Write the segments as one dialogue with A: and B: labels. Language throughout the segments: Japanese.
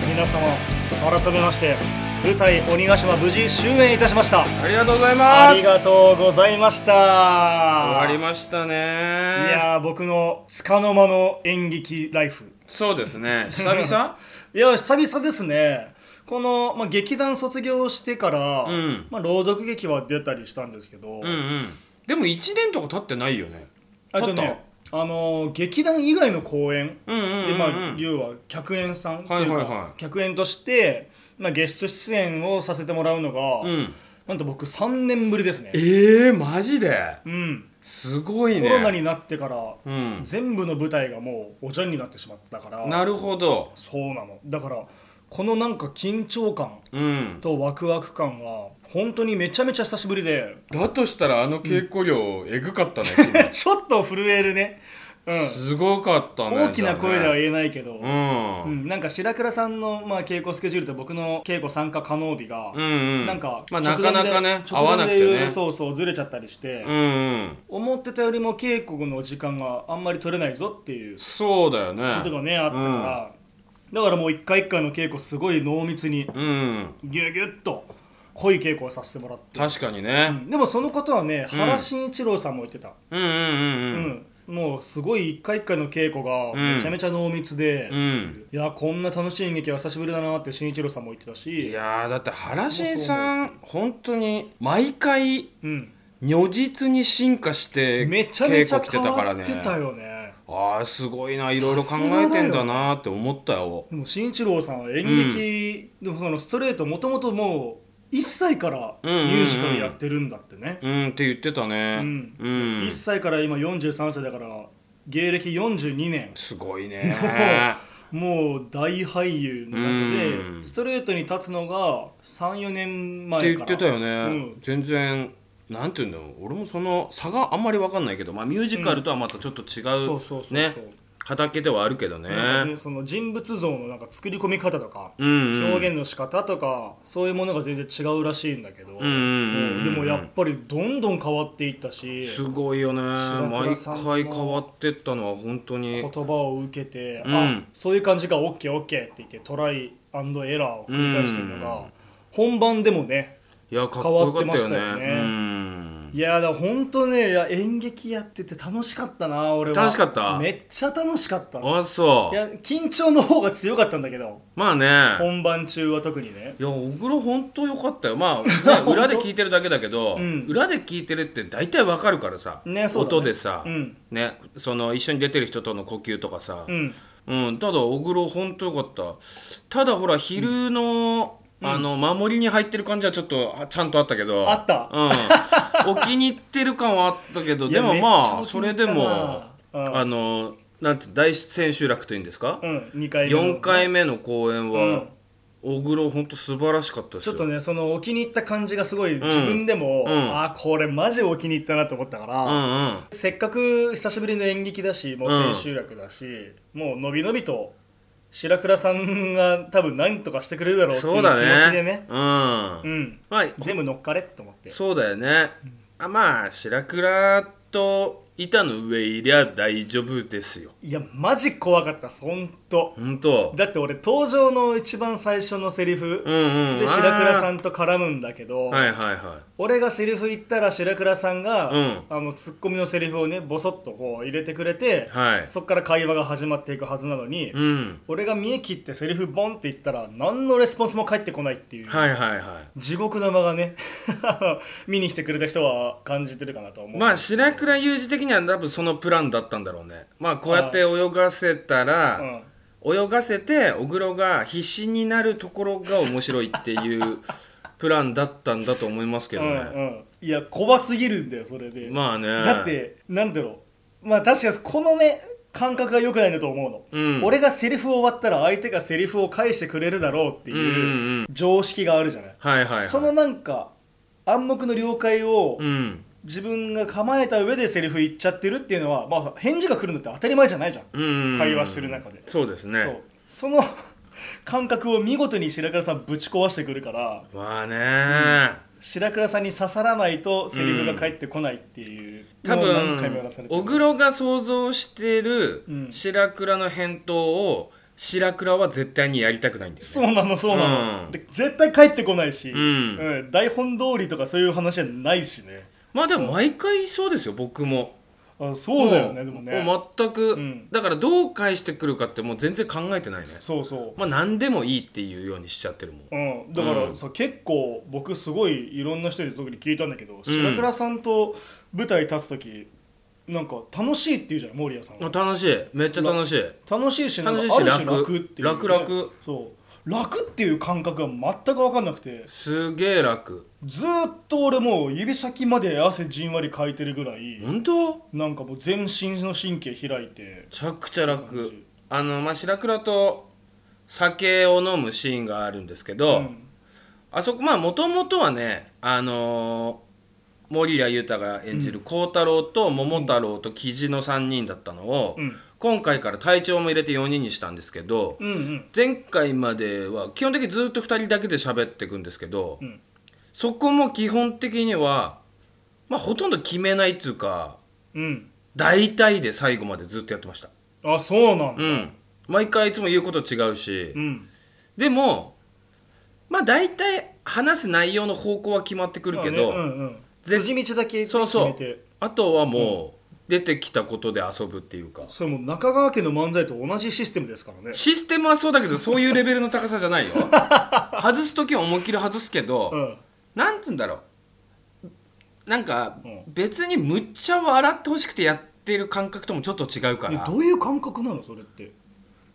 A: 皆様改めまして舞台鬼ヶ島無事終演いたしました
B: ありがとうございます
A: ありがとうございました
B: 終わりました
A: い
B: ね
A: やー僕の束の間の演劇ライフ
B: そうです ね久々
A: いや久々ですねこの、まあ、劇団卒業してから、
B: うん
A: まあ、朗読劇は出たりしたんですけど、
B: うんうんでも1年とか経ってないよね
A: あとねあのー劇団以外の公演
B: うんうんうん、うん、
A: でまあ要は客演さんっていうか、
B: はいはいはい
A: 客演として、まあ、ゲスト出演をさせてもらうのが、
B: うん
A: なんと僕3年ぶりですね
B: ええー、マジで
A: うん、
B: すごい
A: コ
B: ね
A: ロナになってから、
B: うん
A: 全部の舞台がもうおじゃんになってしまったから
B: なるほど
A: そうなのだからこのなんか緊張感
B: うん
A: とワクワク感は本当にめちゃめちゃ久しぶりで
B: だとしたらあの稽古量えぐかったね、
A: ちょっと震えるね、 うん
B: 君すごかったね
A: 大きな声では言えないけど、
B: うん、
A: うん、なんか白倉さんの、まあ、稽古スケジュールと僕の稽古参加可能日が、
B: うんうん
A: なんか、
B: まあ、な
A: 直
B: か
A: 前で
B: なかね合
A: 直
B: わ
A: 前
B: なく
A: で
B: て
A: いろいろ
B: ね
A: そうそうずれちゃったりして、
B: うんうん
A: 思ってたよりも稽古の時間があんまり取れないぞっていう
B: そうだよ
A: こと
B: ね
A: がねあったから、だからもう一回一回の稽古すごい濃密に
B: うん
A: ギュギュッと濃い稽古をさせてもらって、
B: 確かに
A: う
B: ね、
A: んでもそのことはね
B: うん
A: 原慎一郎さんも言ってた、
B: うん、うんうん
A: う
B: うん
A: んもうすごい一回一回の稽古が
B: うん
A: めちゃめちゃ濃密で、
B: うん、
A: いやこんな楽しい演劇は久しぶりだなって慎一郎さんも言ってたし
B: いやーだって原信さん本当に毎回
A: うん、
B: 如実に進化して
A: めちゃめ
B: 稽
A: ちゃ
B: 古来て
A: 変
B: たか
A: わ
B: ら
A: っ
B: ね
A: てたよね
B: ああすごいないろいろ考えてんだなーって思ったよ
A: でも慎一郎さんは演劇、でもそのストレートもともともう1歳からミュージカルやってるんだってね、
B: うんって言ってたね
A: うん
B: うん
A: 1歳から今43歳だから芸歴42年
B: すごいね
A: もう大俳優の中
B: う
A: で
B: ん
A: ストレートに立つのが34年
B: って
A: 前
B: 言
A: か
B: っ
A: ら
B: てたよね、
A: うん
B: 全然なんていうんだろう俺もその差があんまり分かんないけど、まあ、ミュージカルとはまたちょっと
A: そ
B: 違
A: ううそうそうそう、
B: ね畑ではあるけどね
A: なんかねその人物像のなんか作り込み方とか、
B: うんうん、
A: 表現の仕方とかそういうものが全然違うらしいんだけど、
B: うんうんうんうん
A: でもやっぱりどんどん変わっていったし
B: すごいよね
A: 白
B: 毎
A: 倉さんの
B: 回変わってったのは本当に
A: 言葉を受けて、
B: うん
A: あそういう感じか OKOK って言ってトライアンドエラーを繰り返してるのが、
B: うん
A: 本番でもね
B: いやかっこよかったよ
A: 変わってま
B: ね
A: したよね
B: うん
A: いやだ本当ねいや演劇やってて楽しかったな俺は
B: 楽しかった
A: めっちゃ楽しかったっす
B: あそ
A: いうや緊張の方が強かったんだけど
B: まあね
A: 本番中は特にね
B: いや小黒本当よかった よまあ、ね裏で聞いてるだけだけど、
A: うん
B: 裏で聞いてるって大体わかるからさ、
A: ねそうだね
B: 音でさ、
A: うん
B: ね、その一緒に出てる人との呼吸とかさ
A: う、ん
B: うんただ小黒本当よかったただほら昼の、あの守りに入ってる感じはちょっとあちゃんとあったけど
A: あった
B: うん、お気に入ってる感はあったけど
A: い
B: で
A: や
B: もま
A: め
B: あ
A: っちゃ
B: そ
A: お気に入
B: れ
A: っ
B: で
A: たな
B: も、
A: うん
B: あのなんて大千秋楽というんですか、
A: うん2回目の
B: 4回目の公演は、小黒本当素晴らしかったです
A: ちょ
B: よ
A: っとねそのお気に入った感じがすごい自分でも、
B: うん
A: あこれマジお気に入ったなと思ったから、
B: うんうん
A: せっかく久しぶりの演劇だしもう
B: うん
A: 千秋楽だし、もうのびのびと白倉さんが多分何とかしてくれるだろうっていう
B: そ
A: 気持
B: うだ
A: ち
B: ね
A: でね
B: うん、ま
A: うん
B: あ
A: 全部乗っかれと思って
B: そうだよね、あまあ白倉と板の上いりゃ大丈夫ですよ
A: いやマジ怖かったほんと
B: ほんと
A: だって俺登場の一番最初のセリフ
B: うんうん
A: で白倉さ
B: ん
A: んと絡むんだけど、
B: はいはいは
A: 俺がセリフ言ったら白倉さんが、
B: うん
A: あのツッコミのセリフをねボソッとこう入れてくれて、
B: はい
A: そっから会話が始まっていくはずなのに、
B: いうん
A: 俺が見え切ってセリフボンって言ったら何のレスポンスも返ってこないっていう、
B: はいはいは
A: 地獄の間がね 見に来てくれた人は感じてるかなと思
B: いうまあ白倉裕二的には多分そのプランだったんだろうねまあこうやって泳がせた
A: う
B: ら、
A: ん、
B: 泳がせて小黒が必死になるところが面白いっていう プランだったんだと思いますけど
A: うん
B: ね、
A: うんいや怖すぎるんだよそれで、
B: まあね
A: だってなんだろうまあ確かにこのね感覚が良くないなと思うの、
B: うん
A: 俺がセリフ終わったら相手がセリフを返してくれるだろうって
B: うんうん
A: いう
B: うん
A: 常識があるじゃない、
B: はいはいはい
A: そのなんか暗黙の了解を
B: うん
A: 自分が構えた上でセリフ言っちゃってるっていうのは、まあ、返事が来るのって当たり前じゃないじゃん、
B: うん
A: 会話してる中で
B: そうです
A: そう
B: ね
A: その 感覚を見事に白倉さんぶち壊してくるから
B: まあね、
A: 白倉さんに刺さらないとセリフが返ってこないっていう、
B: 多
A: もう何回もや
B: 分
A: らされてる
B: 小黒が想像してる
A: うん
B: 白倉の返答を白倉は絶対にやりたくないんだよね
A: そうなのそうなの、
B: うん
A: で絶対帰ってこないし、
B: うん
A: うん台本通りとかそういう話じゃないしね
B: まあでも毎回そうですよ僕も
A: あそうだよねで
B: も
A: もね、
B: もう全く、
A: うん
B: だからどう返してくるかってもう全然考えてないね
A: そうそう
B: まあ何でもいいっていうようにしちゃってるもん
A: うん、だからさ、結構僕すごいいろんな人に特に聞いたんだけど、白倉さんと舞台立つ時なんか楽しいって言うじゃない守屋さん
B: あ
A: は
B: 楽しいめっちゃ楽しい
A: 楽しいしなん
B: 楽
A: か
B: しい
A: あ
B: し
A: る種
B: 楽
A: 楽っていう、
B: 楽楽
A: そう楽っていう感覚が全く分かんなくて
B: すげえ楽
A: ずーっと俺もう指先まで汗じんわりかいてるぐらい、
B: 本当
A: なんかもう全身の神経開いて
B: めちゃくちゃ
A: 感
B: 楽
A: じ
B: あのまあ白倉と酒を飲むシーンがあるんですけど、
A: うん
B: あそこまあもともとはねあのー森谷裕太が演じる孝太郎と桃太郎と雉地の3人だったのを、
A: うん
B: 今回から隊長も入れて4人にしたんですけど、
A: うんうん
B: 前回までは基本的にずっと2人だけで喋っていくんですけど、
A: うん
B: そこも基本的には、まあ、ほとんど決めないっつうか
A: うん
B: 大体で最後までずっとやってました。
A: あそうなんだ
B: うん、毎回いつも言うこと違うし、
A: うん
B: でもまあ大体話す内容の方向は決まってくるけど、
A: まあねうんうん
B: ぜ
A: 筋道だけ決
B: そう
A: めて
B: そうあとはもう出てきたことで遊ぶっていうか
A: それもう中川家の漫才と同じシステムですからね
B: システムはそうだけどそういうレベルの高さじゃ ないよ外す時は思いっきり外すけど、
A: うん
B: なんつうんだろうなんか
A: うん
B: 別にむっちゃ笑ってほしくてやってる感覚ともちょっと違うか
A: え
B: ら
A: どういう感覚なのそれって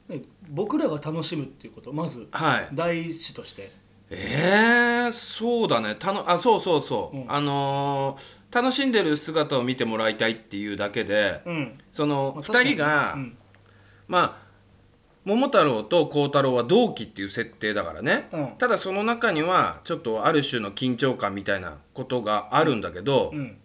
A: ね僕らが楽しむっていうことまず
B: はい
A: 第一として
B: えー、そうだねたのあそうそうそう、
A: うん
B: あのー楽しんでる姿を見てもらいたいっていうだけで
A: うん
B: その
A: まあ
B: 2人が、
A: 確かにね
B: まあ桃太郎と孝太郎は同期っていう設定だからね、
A: うん
B: ただその中にはちょっとある種の緊張感みたいなことがあるんだけど、
A: うんうん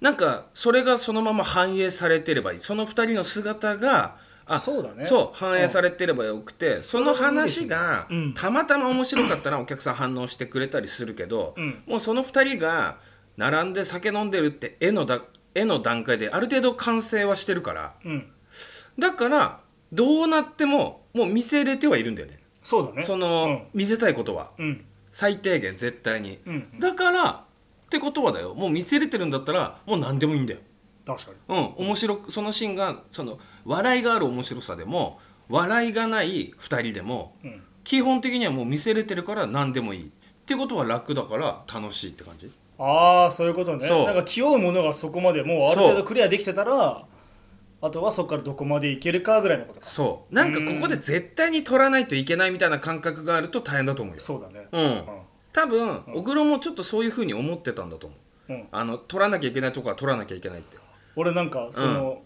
B: なんかそれがそのまま反映されてればいいその2人の姿があ
A: そうだね
B: そう反映されてればよくて、その話が
A: うん
B: たまたま面白かったらお客さん反応してくれたりするけど、
A: うん
B: もうその2人が並んで酒飲んでるって絵のだ絵の段階である程度完成はしてるから
A: うん
B: だからどうなってももう見せれてはいるんだよね
A: そうだね
B: その、見せたいことは
A: うんうん
B: 最低限絶対に、
A: うん
B: だからってことはだよもう見せれてるんだったらもう何でもいいんだよ
A: 確かに
B: うん、面白くそのシーンがその笑いがある面白さでも笑いがない2人でも
A: うん
B: 基本的にはもう見せれてるから何でもいいってことは楽だから楽しいって感じ
A: ああそういうことね
B: そう
A: なんか気負うものがそこまでもうある程度クリアできてたらあとはそこからどこまでいけるかぐらいのことか
B: そうなんかここで絶対に取らないといけないみたいな感覚があると大変だと思うよ
A: そうだね
B: うん
A: う
B: 多分小黒もちょっとそういうふうに思ってたんだと思うん
A: うん
B: あの取らなきゃいけないとこは取らなきゃいけないって
A: 俺なんかその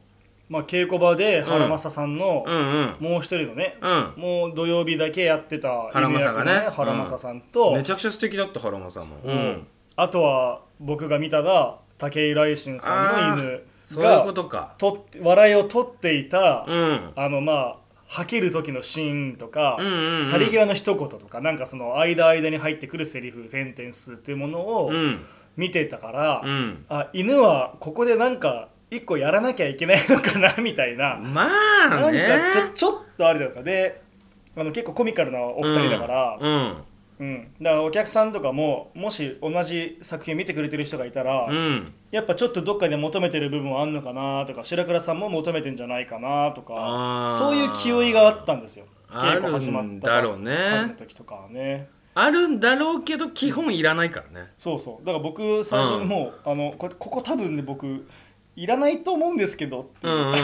A: まあ稽古場で原正さんの
B: うんうん
A: もう一人のね
B: うん
A: もう土曜日だけやってた
B: 原正がね
A: 夢役の原正さんと、
B: めちゃくちゃ素敵だった原間さんもう
A: うん
B: ん
A: あとは僕が見たが武井来春さんの犬
B: そういうこ
A: が
B: とか
A: とって笑いを取っていた、
B: うん
A: あのまあはける時のシーンとか、
B: うんうんうん
A: 去り際の一言とかなんかその間間に入ってくるセリフセンテンスっていうものを
B: うん
A: 見てたから、
B: うん
A: あ犬はここでなんか一個やらなきゃいけないのかなみたいな
B: ま
A: な
B: あ
A: ん
B: ね
A: かちょちょっとあれだよかであの結構コミカルなお二人だから、
B: うん
A: うんだからお客さんとかももし同じ作品見てくれてる人がいたら、
B: うん
A: やっぱちょっとどっかで求めてる部分はあんのかなとか白倉さんも求めてんじゃないかなと
B: あ
A: か
B: ー
A: そういう気負いがあったんですよ
B: あるんだろうね
A: 回の時とかはね
B: あるんだろうけど基本いらないからね
A: そうそうだから僕最初にもう、あのこれここ多分ね僕いらないと思うんですけどって
B: うんうんうんうんう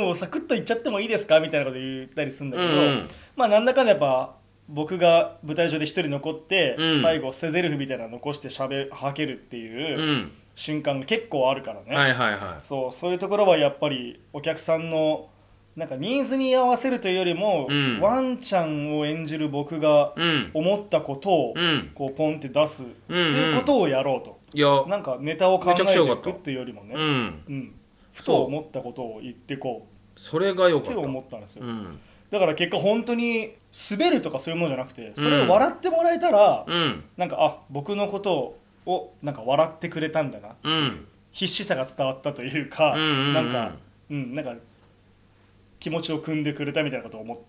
B: ん
A: もうサクッと言っちゃってもいいですかみたいなこと言ったりするんだけど、
B: うんうん
A: まあなんだかんだやっぱ僕が舞台上で一人残って、
B: うん
A: 最後捨てゼルフみたいなの残してしゃべはけるっていううん瞬間が結構ある からね、
B: はいはいは
A: そうそういうところはやっぱりお客さんのなんかニーズに合わせるというよりも、
B: うん
A: ワンちゃんを演じる僕が
B: いうん
A: 思ったことを、
B: うん
A: こうポンって出すって
B: うん
A: いうことをやろうと、
B: いや
A: なんかネタを考えてい
B: めちゃくちゃよ
A: く
B: かった
A: っていうよりもね、
B: うん
A: うんふと思ったことを言ってこ
B: それが
A: う
B: 良
A: っ
B: か
A: て
B: った
A: 思ったんですよ、
B: うん
A: だから結果本当に滑るとかそういうものじゃなくてそれを笑ってもらえたら、
B: うん
A: なんかあ僕のことをなんか笑ってくれたんだな
B: うん
A: 必死さが伝わったというか、
B: うんうんうん
A: なんか、うん、なんか気持ちを組んでくれたみたいなことを思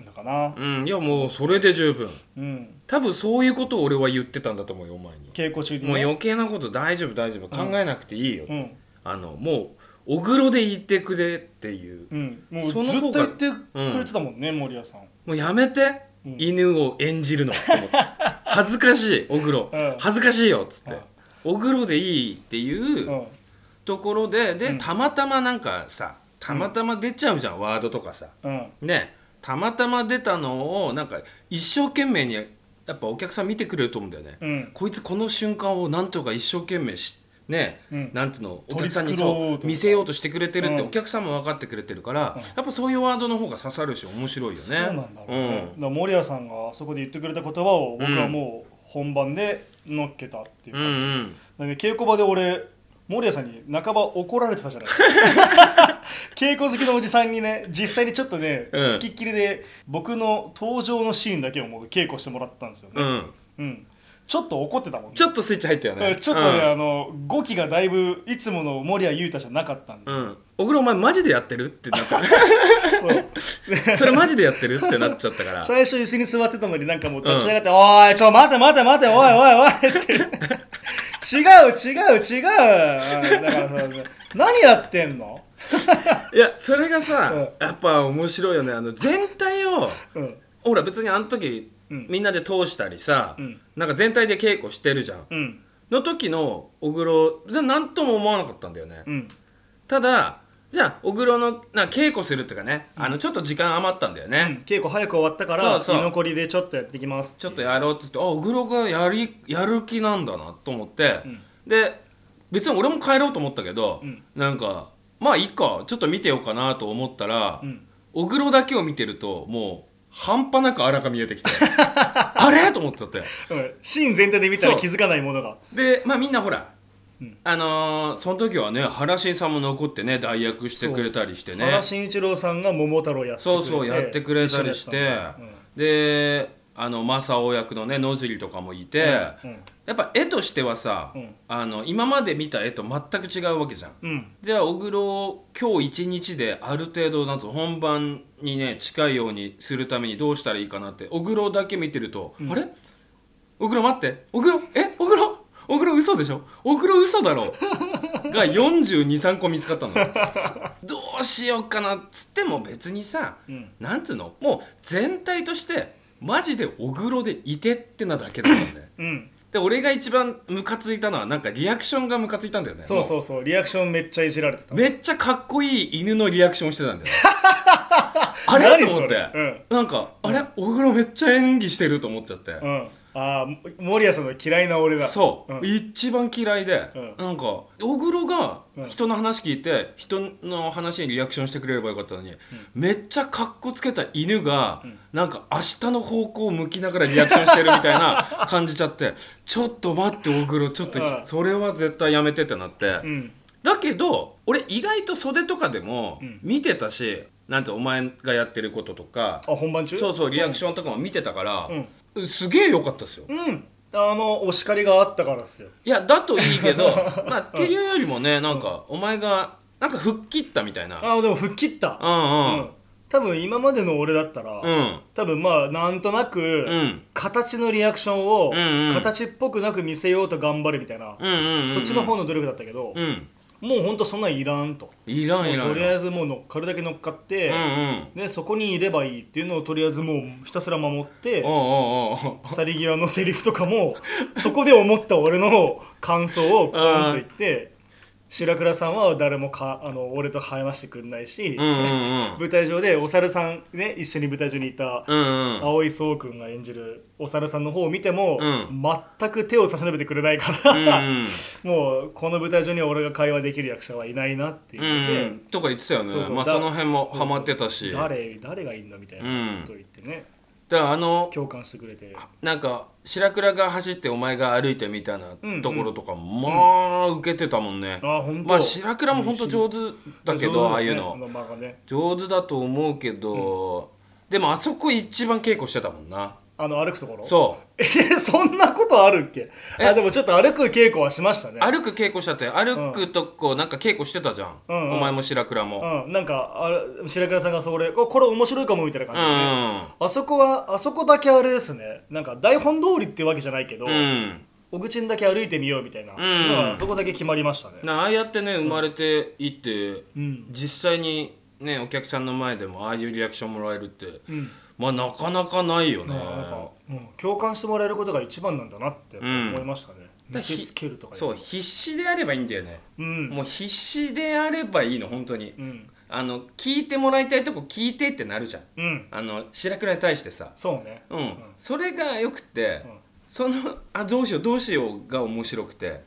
A: うのかな
B: うんいやもうそれで十分
A: うん
B: 多分そういうことを俺は言ってたんだと思うよお前に
A: 稽古中に
B: もう
A: ね
B: 余計なこと大丈夫大丈夫考えなくていいよ、
A: うん
B: あのもうおぐろで言ってくれっていう
A: うん、もう
B: その
A: ずっ
B: 方
A: と
B: が
A: 言ってくれてたもんね、森谷さん
B: もうやめて、
A: うん
B: 犬を演じるのって 思って恥ずかしいおぐろ、
A: うん
B: 恥ずかしいよっつって、
A: うん
B: おぐろでいいっていう、
A: うん
B: ところでで、
A: うん
B: たまたまなんかさたまたま出ちゃうじゃん、ワードとかさ
A: うん
B: ねたまたま出たのをなんか一生懸命にやっぱお客さん見てくれると思うんだよね、
A: うん
B: こいつこの瞬間をなんとか一生懸命しね、
A: うん
B: なんていうのお
A: 取
B: 客
A: り
B: さんに
A: 繕おう
B: そ
A: と
B: う
A: か
B: 見せようとしてくれてるって、
A: うん
B: お客さんも分かってくれてるから、
A: うん
B: やっぱそういうワードの方が刺さるし面白いよね
A: そうなんだろうね、だか
B: ん
A: ら森谷さんがあそこで言ってくれた言葉を僕はもう本番で乗っけたっていう
B: う
A: か,、
B: んうん
A: 稽古場で俺森谷さんに半ば怒られてたじゃないですか 稽古好きのおじさんにね実際にちょっとね、
B: うん
A: 付きっきりで僕の登場のシーンだけをもう稽古してもらったんですよ
B: う
A: ね、
B: ん
A: うんちょっと怒ってたもんね
B: ちょっとスイッチ入ったよ
A: だか
B: ね
A: らちょっとね、あの語気がだいぶいつもの森谷裕太じゃなかったんで
B: う、ん、うん、小黒お前マジでやってるってなった
A: そう
B: それマジでやってるってなっちゃったから
A: 最初椅子に座ってたのになんかもう立ち上がって「おいちょ待て待て待ておいおいおい」って違う違う違ううんだからさ何やってんの
B: いやそれがさ、やっぱ面白いよねあの全体を
A: うん
B: ほら別にあの時、
A: うん
B: みんなで通したりさ、
A: うん
B: なんか全体で稽古してるじゃん
A: うん
B: の時の小黒じゃ何とも思わなかったんだよね、
A: うん
B: ただじゃあ小黒のなんか稽古するっていうかね、あのちょっと時間余ったんだよね、
A: 稽古早く終わったから
B: そうそう
A: 居残りでちょっとやってきます
B: ちょっとやろうって言ってあ小黒がやりやる気なんだなと思って、
A: ん
B: で別に俺も帰ろうと思ったけど、
A: うん
B: なんかまあいいかちょっと見てようかなと思ったら、
A: うん
B: 小黒だけを見てるともう半端なく荒が見え てきてあれと思ってたって
A: うんシーン全体で見たら
B: そう
A: 気づかないものが
B: でまあみんなほら、
A: うん
B: あのーその時はね原信さんも残ってね代役してくれたりしてね
A: 原慎一郎さんが桃太郎やってくれ
B: そ
A: て
B: うそうやってくれたりして、であの正雄役のね野尻とかもいて、
A: うんうん
B: やっぱ絵としてはさ、
A: うん
B: あの今まで見た絵と全く違うわけじゃん。
A: うん
B: では小黒今日一日である程度なんと本番にね近いようにするためにどうしたらいいかなって小黒だけ見てると、あれ小黒待って小黒え小黒小黒嘘でしょ小黒嘘 だろが423個見つかったのどうしようかなっつっても別にさ、
A: うん
B: なんつうのもう全体としてマジで小黒でいてってなだけだったんだ よ
A: うん
B: で俺が一番ムカついたのはなんかリアクションがムカついたんだよね
A: そうそうそうリアクションめっちゃいじられてた
B: めっちゃかっこいい犬のリアクションして たんだよあれ
A: 何
B: と
A: そ
B: 思
A: れ
B: って、なんかあれ小黒めっちゃ演技してると思っちゃって、
A: うんうんああ森谷さんの嫌いな俺だ
B: そう、
A: うん
B: 一番嫌いで、
A: うん
B: なんか小黒が人の話聞いて、人の話にリアクションしてくれればよかったのに、めっちゃかっこつけた犬が、なんか明日の方向を向きながらリアクションしてるみたいな感じちゃってちょっと待って小黒ちょっと、
A: うん
B: それは絶対やめてってなって、
A: うん
B: だけど俺意外と袖とかでも
A: うん
B: 見てたし、なんてお前がやってることとか
A: あ本番中
B: そうそうリアクションとかも見てたから、
A: うん
B: すげえ良かったですよ
A: うんあのお叱りがあったからっすよ
B: いやだといい けどまあっていうよりもねなんかお前がなんか吹っ切ったみたいな
A: あでも吹っ切った
B: うんうん
A: うん多分今までの俺だったら、
B: うん
A: 多分まあなんとなく、
B: うん
A: 形のリアクションを、
B: うんうん
A: 形っぽくなく見せようと頑張るみたいな、
B: うんうんうん
A: そっちの方の努力だったけど
B: う、ん
A: もうほんとそんなんいらんと
B: いらんいらん
A: もうとりあえずもう乗っかるだけ乗っかって、
B: うん
A: でそこにいればいいっていうのをとりあえずもうひたすら守って
B: うんおうおうおう
A: 去り際のセリフとかも そこで思った俺の感想をポンと言って白倉さんは誰もかあの俺と会話してくんないし、
B: うんうん
A: 舞台上でお猿さんね一緒に舞台上にいた
B: うんうんうん
A: 蒼井壮君が演じるお猿さんの方を見ても、
B: うん
A: 全く手を差し伸べてくれないから、
B: うん
A: もうこの舞台上には俺が会話できる役者はいないなっていう
B: う
A: の
B: ん
A: で、
B: うんとか言ってたよね
A: そうそう
B: まあ
A: だ
B: その辺もハマってたしだか
A: 誰誰がいんのみたいなことを言ってね、
B: らあの
A: 共感してくれて
B: なんか白倉が走ってお前が歩いてみたい
A: うんう
B: なんところとか、まあ受けてたもんね、
A: あ本当
B: まあ白倉も本当上手だけど、ああいう
A: 上手だよねの
B: の
A: 間がね
B: 上手だと思うけど、でもあそこ一番稽古してたもんな
A: あの歩くところ
B: そ
A: えそんなことあるっけ
B: え
A: あでもちょっと歩く稽古はしましたね
B: 歩く稽古したって歩くとこなんか稽古してたじゃん、
A: うんうん
B: お前も白倉も
A: うんなんかあれ白倉さんがそれここれ面白いかもみたいな
B: う
A: 感
B: ん
A: じで、あそこはあそこだけあれですねなんか台本通りってわけじゃないけど、
B: うん、うん
A: 小口にだけ歩いてみようみたいな、
B: ん
A: うんそこだけ決まりましたね
B: なああやってね生まれていって、
A: うん
B: 実際にねお客さんの前でもああいうリアクションもらえるって、
A: うん
B: まあなかなかないよね、
A: なんか、うん、共感してもらえることが一番なんだなって思いましたね、
B: だ
A: 見
B: ひ
A: せつけるとかい
B: そう必死であればいいんだよね、
A: うん
B: もう必死であればいいの本当に、
A: うん
B: あの聞いてもらいたいとこ聞いてってなるじゃん
A: うん
B: あの白倉に対してさ
A: そうね
B: うん、それがよくて、
A: ん
B: そのあどうしようどうしようが面白くて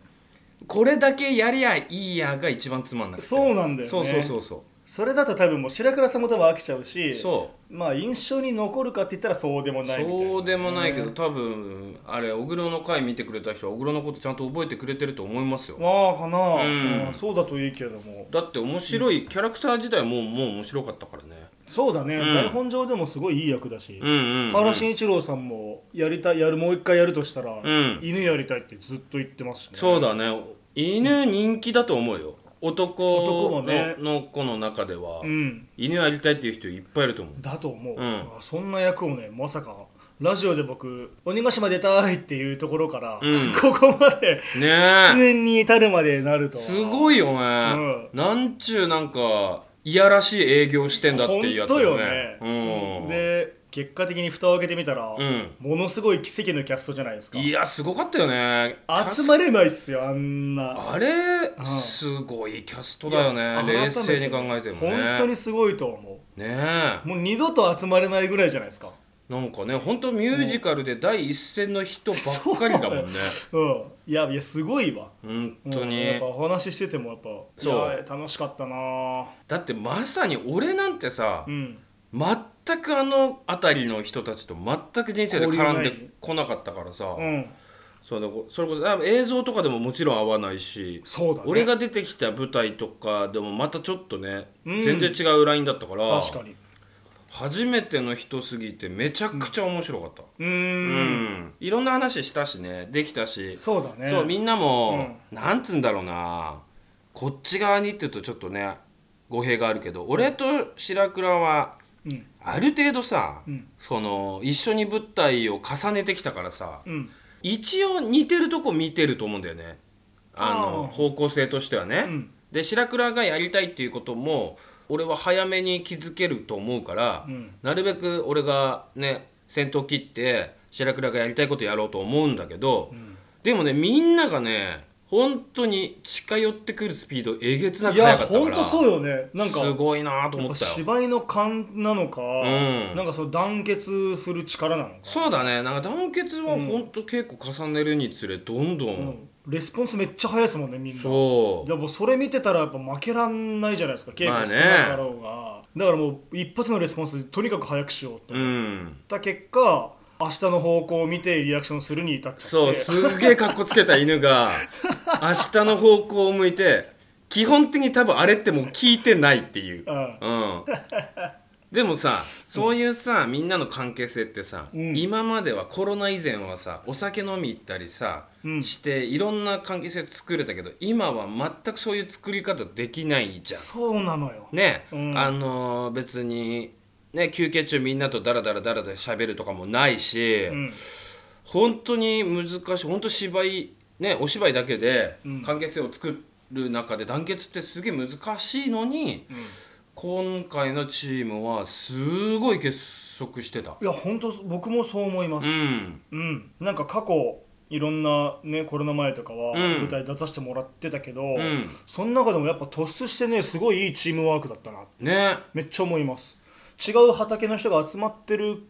B: これだけやりゃいいやが一番つまんなくて
A: そうなんだよね
B: そうそうそうそ
A: それだと多分もう白倉さんも多分飽きちゃう
B: う
A: し
B: そう
A: まあ印象に残るかって言ったらそうでもないみたいな
B: そうでもないけど多分あれ小黒の回見てくれた人は小黒のことちゃんと覚えてくれてると思いますよ
A: まあかな、
B: うん
A: うんそうだといいけども
B: だって面白い、キャラクター自体ももう面白かったからね
A: そうだね、
B: うん
A: 台本上でもすごいいい役だし、
B: うんうん、うん、
A: 河原慎一郎さんもやりたいやるもう一回やるとしたら、
B: ん
A: 犬やりたいってずっと言ってますしね
B: そうだね犬人気だと思うよ男
A: 男
B: の,、
A: もね
B: の子の中では、
A: うん
B: 犬やりたいっていう人いっぱいいると思う
A: だと思う、
B: うん
A: あそんな役をねまさかラジオで僕「鬼ヶ島出たい」っていうところから、
B: うん
A: ここまで出
B: ねえ
A: 演に至るまでなるとは
B: すごいよね、なんちゅうなんかいやらしい営業してんだっていうやつだよね
A: 本当よねで結果的に蓋を開けてみたら、
B: ん
A: ものすごい奇跡のキャストじゃないです
B: う
A: か
B: ん、いやすごかったよね
A: 集まれないっすよあんな
B: あれ、
A: ん
B: すごいキャストだよね
A: いや
B: 冷静に考えてもね
A: 本当にすごいと思
B: ねえ
A: うもう二度と集まれないぐらいじゃないですか
B: なんかね本当ミュージカルで第一線の人ばっかりだもんね
A: うんいやいやすごいわ
B: 本
A: うん
B: 当に、
A: やっぱお話ししててもやっぱ
B: そう
A: いや楽しかったなぁ
B: だってまさに俺なんてさ
A: う、ん
B: 全くあの辺りの人たちと全く人生で絡んでこなかったからさ、
A: うん
B: そうだこそれこそあ映像とかでももちろん合わないし、
A: そうだね
B: 俺が出てきた舞台とかでもまたちょっとね、
A: うん
B: 全然違うラインだったから
A: 確かに
B: 初めての人すぎてめちゃくちゃ面白かった、
A: う
B: うん
A: ーん
B: いろんな話したしねできたし
A: そうだね
B: そうみんなも、なんつうんだろうなこっち側にって言うとちょっとね語弊があるけど俺と白倉は
A: うん
B: ある程度さ、
A: うん
B: その一緒に舞台を重ねてきたからさ
A: うん
B: 一応似てるとこ見てると思うんだよねあの
A: あー
B: 方向性としてはね。
A: うん
B: で白倉がやりたいっていうことも俺は早めに気づけると思うから、
A: うん
B: なるべく俺がね先頭切って白倉がやりたいことやろうと思うんだけど、でもねみんながね本当に近寄ってくるスピードえげつなく
A: いや
B: 速かったから
A: 本当そうよねなんか
B: すごいなと思ったよ
A: 芝居の勘なのか、
B: ん
A: なんかその団結する力なのか
B: そうだねなんか団結は本当結構重ねるにつれどんどん、
A: レスポンスめっちゃ早いですもんねみんな
B: そう
A: でもそれ見てたらやっぱ負けらんないじゃないですか稽
B: まあ
A: 古
B: ね
A: してなかろうが、だからもう一発のレスポンスとにかく早くしようと
B: う
A: 思っ
B: ん
A: た結果、明日の方向を見てリアクションするに至っちゃって
B: そうすっげえかっこつけた 犬が明日の方向を向いて基本的に多分あれってもう聞いてないっていう
A: う、ん
B: うん、でもさそういうさみんなの関係性ってさ、
A: うん
B: 今まではコロナ以前はさお酒飲み行ったりさ、
A: うん
B: していろんな関係性作れたけど今は全くそういう作り方できないじゃん
A: そうなのよ、
B: ね、
A: うん
B: あのー別に、ね、休憩中みんなとダラダラダラダラ喋るとかもないし、
A: うん、
B: 本当に難しい本当芝居ねお芝居だけで
A: うん
B: 関係性を作る中で団結ってすげえ難しいのに、今回のチームはすごい結束してた
A: いや本当僕もそう思いま
B: う
A: す、
B: ん
A: うん、なんか過去いろんな、ね、コロナ前とかは
B: うん
A: 舞台出させてもらってたけど、
B: ん
A: その中でもやっぱ突出してねすごいいいチームワークだったな
B: ね
A: めっちゃ思います違う畑の人が集まってる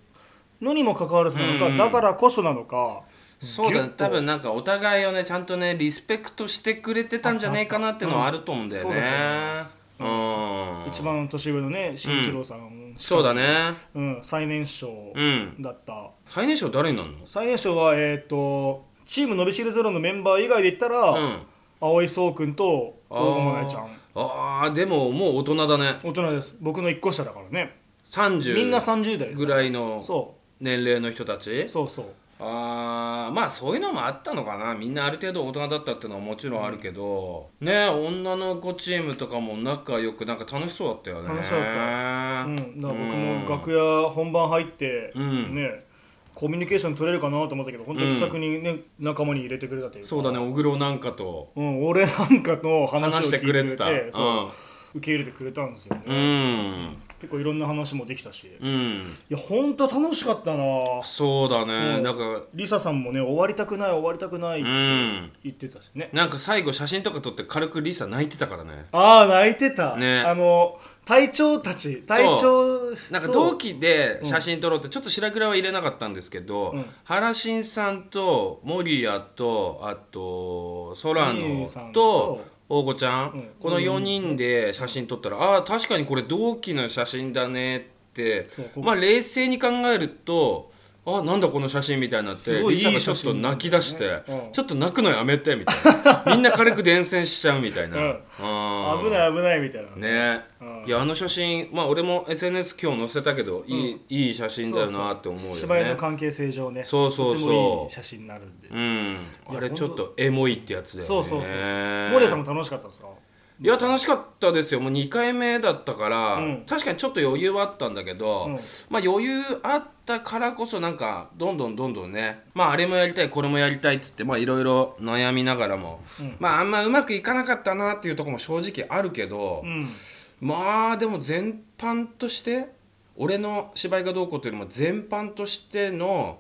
A: のにもかかわらずなのか、
B: うん
A: だからこそなのか
B: そうだ
A: ギュッ
B: ね
A: と
B: 多分なんかお互いをねちゃんとねリスペクトしてくれてたんじゃねえかなっていうのはあると思うんだよ
A: うんそう
B: ね
A: だ
B: う
A: と
B: ん
A: 一番年上のね慎一郎さん、
B: そうだね
A: うん、最年少
B: うん
A: だった
B: 最年少誰になるの
A: 最年少はえっ、とチームのびしろゼロのメンバー以外で言ったら、
B: うん
A: 蒼井蒼君と大駒奈ちゃん
B: あーでももう大人だね
A: 大人です僕の1個下だからねみんな
B: 30
A: 30代です
B: ぐらいの
A: そ
B: 年齢の人たち
A: うそうそう
B: あーまあそういうのもあったのかなみんなある程度大人だったっていうのはもちろんあるけど、ね女の子チームとかも仲良くなんか楽しそうだったよね
A: 楽しそうだったうん、だから僕も楽
B: 屋
A: 屋本番入って、
B: うん
A: ねコミュニケーション取れるかなと思ったけど本当に気さくに、ね仲間に入れてくれたというか
B: そうだね小黒なんかと
A: うん、俺なんかの話を
B: 話
A: 聞
B: し
A: いて
B: て
A: く
B: く
A: れ
B: れ
A: て
B: てた
A: そう受け入れてくれたんですよね、
B: うんうん、
A: 結構いろんな話もできたし、い
B: うん、
A: や本当楽しかったな
B: そうだね、
A: うん
B: なんか
A: リサさんもね終わりたくない終わりたくない
B: うん
A: 言ってたしね、
B: なんか最後写真とか撮って軽くリサ泣いてたからね
A: ああ泣いてた、
B: ね
A: あの隊長たち隊長と
B: なんか同期で写真撮ろうってちょっと白倉は入れなかったんですけど、
A: うん
B: 原信さんと守谷とあとソラ
A: ミ
B: ノ
A: エさんと
B: と大子ちゃん、
A: ん
B: この4人で写真撮ったら、ああ確かにこれ同期の写真だねって
A: そう
B: まあ冷静に考えると。あなんだこの写真みたいになって
A: すごい
B: リサ
A: いい
B: がちょ
A: 写
B: っと
A: 真
B: 泣き出して、
A: うん
B: ちょっと泣くのやめてみたいなみんな軽く伝染しちゃうみたいな、
A: うん
B: うん
A: 危ない危ないみたいな、
B: ね
A: うん
B: いやあの写真まあ俺も SNS 今日載せたけど、いいいい写真だよなって思うよね
A: 芝居の関係性上ね
B: そうそうそ
A: とて
B: う
A: もいい写真になるんで、
B: うんあれちょっとエモいってやつだよね
A: そうそうそうそうモレさんも楽しかったですか
B: いや楽しかったですよもう2回目だったから、
A: うん
B: 確かにちょっと余裕はあったんだけど、
A: うん
B: まあ余裕あったからこそなんかどんどんどんどんねまああれもやりたいこれもやりたいっつってまあいろいろ悩みながらも、まああんまうまくいかなかったなっていうところも正直あるけど、
A: うん
B: まあでも全般として俺の芝居がどうこうというよりも全般としての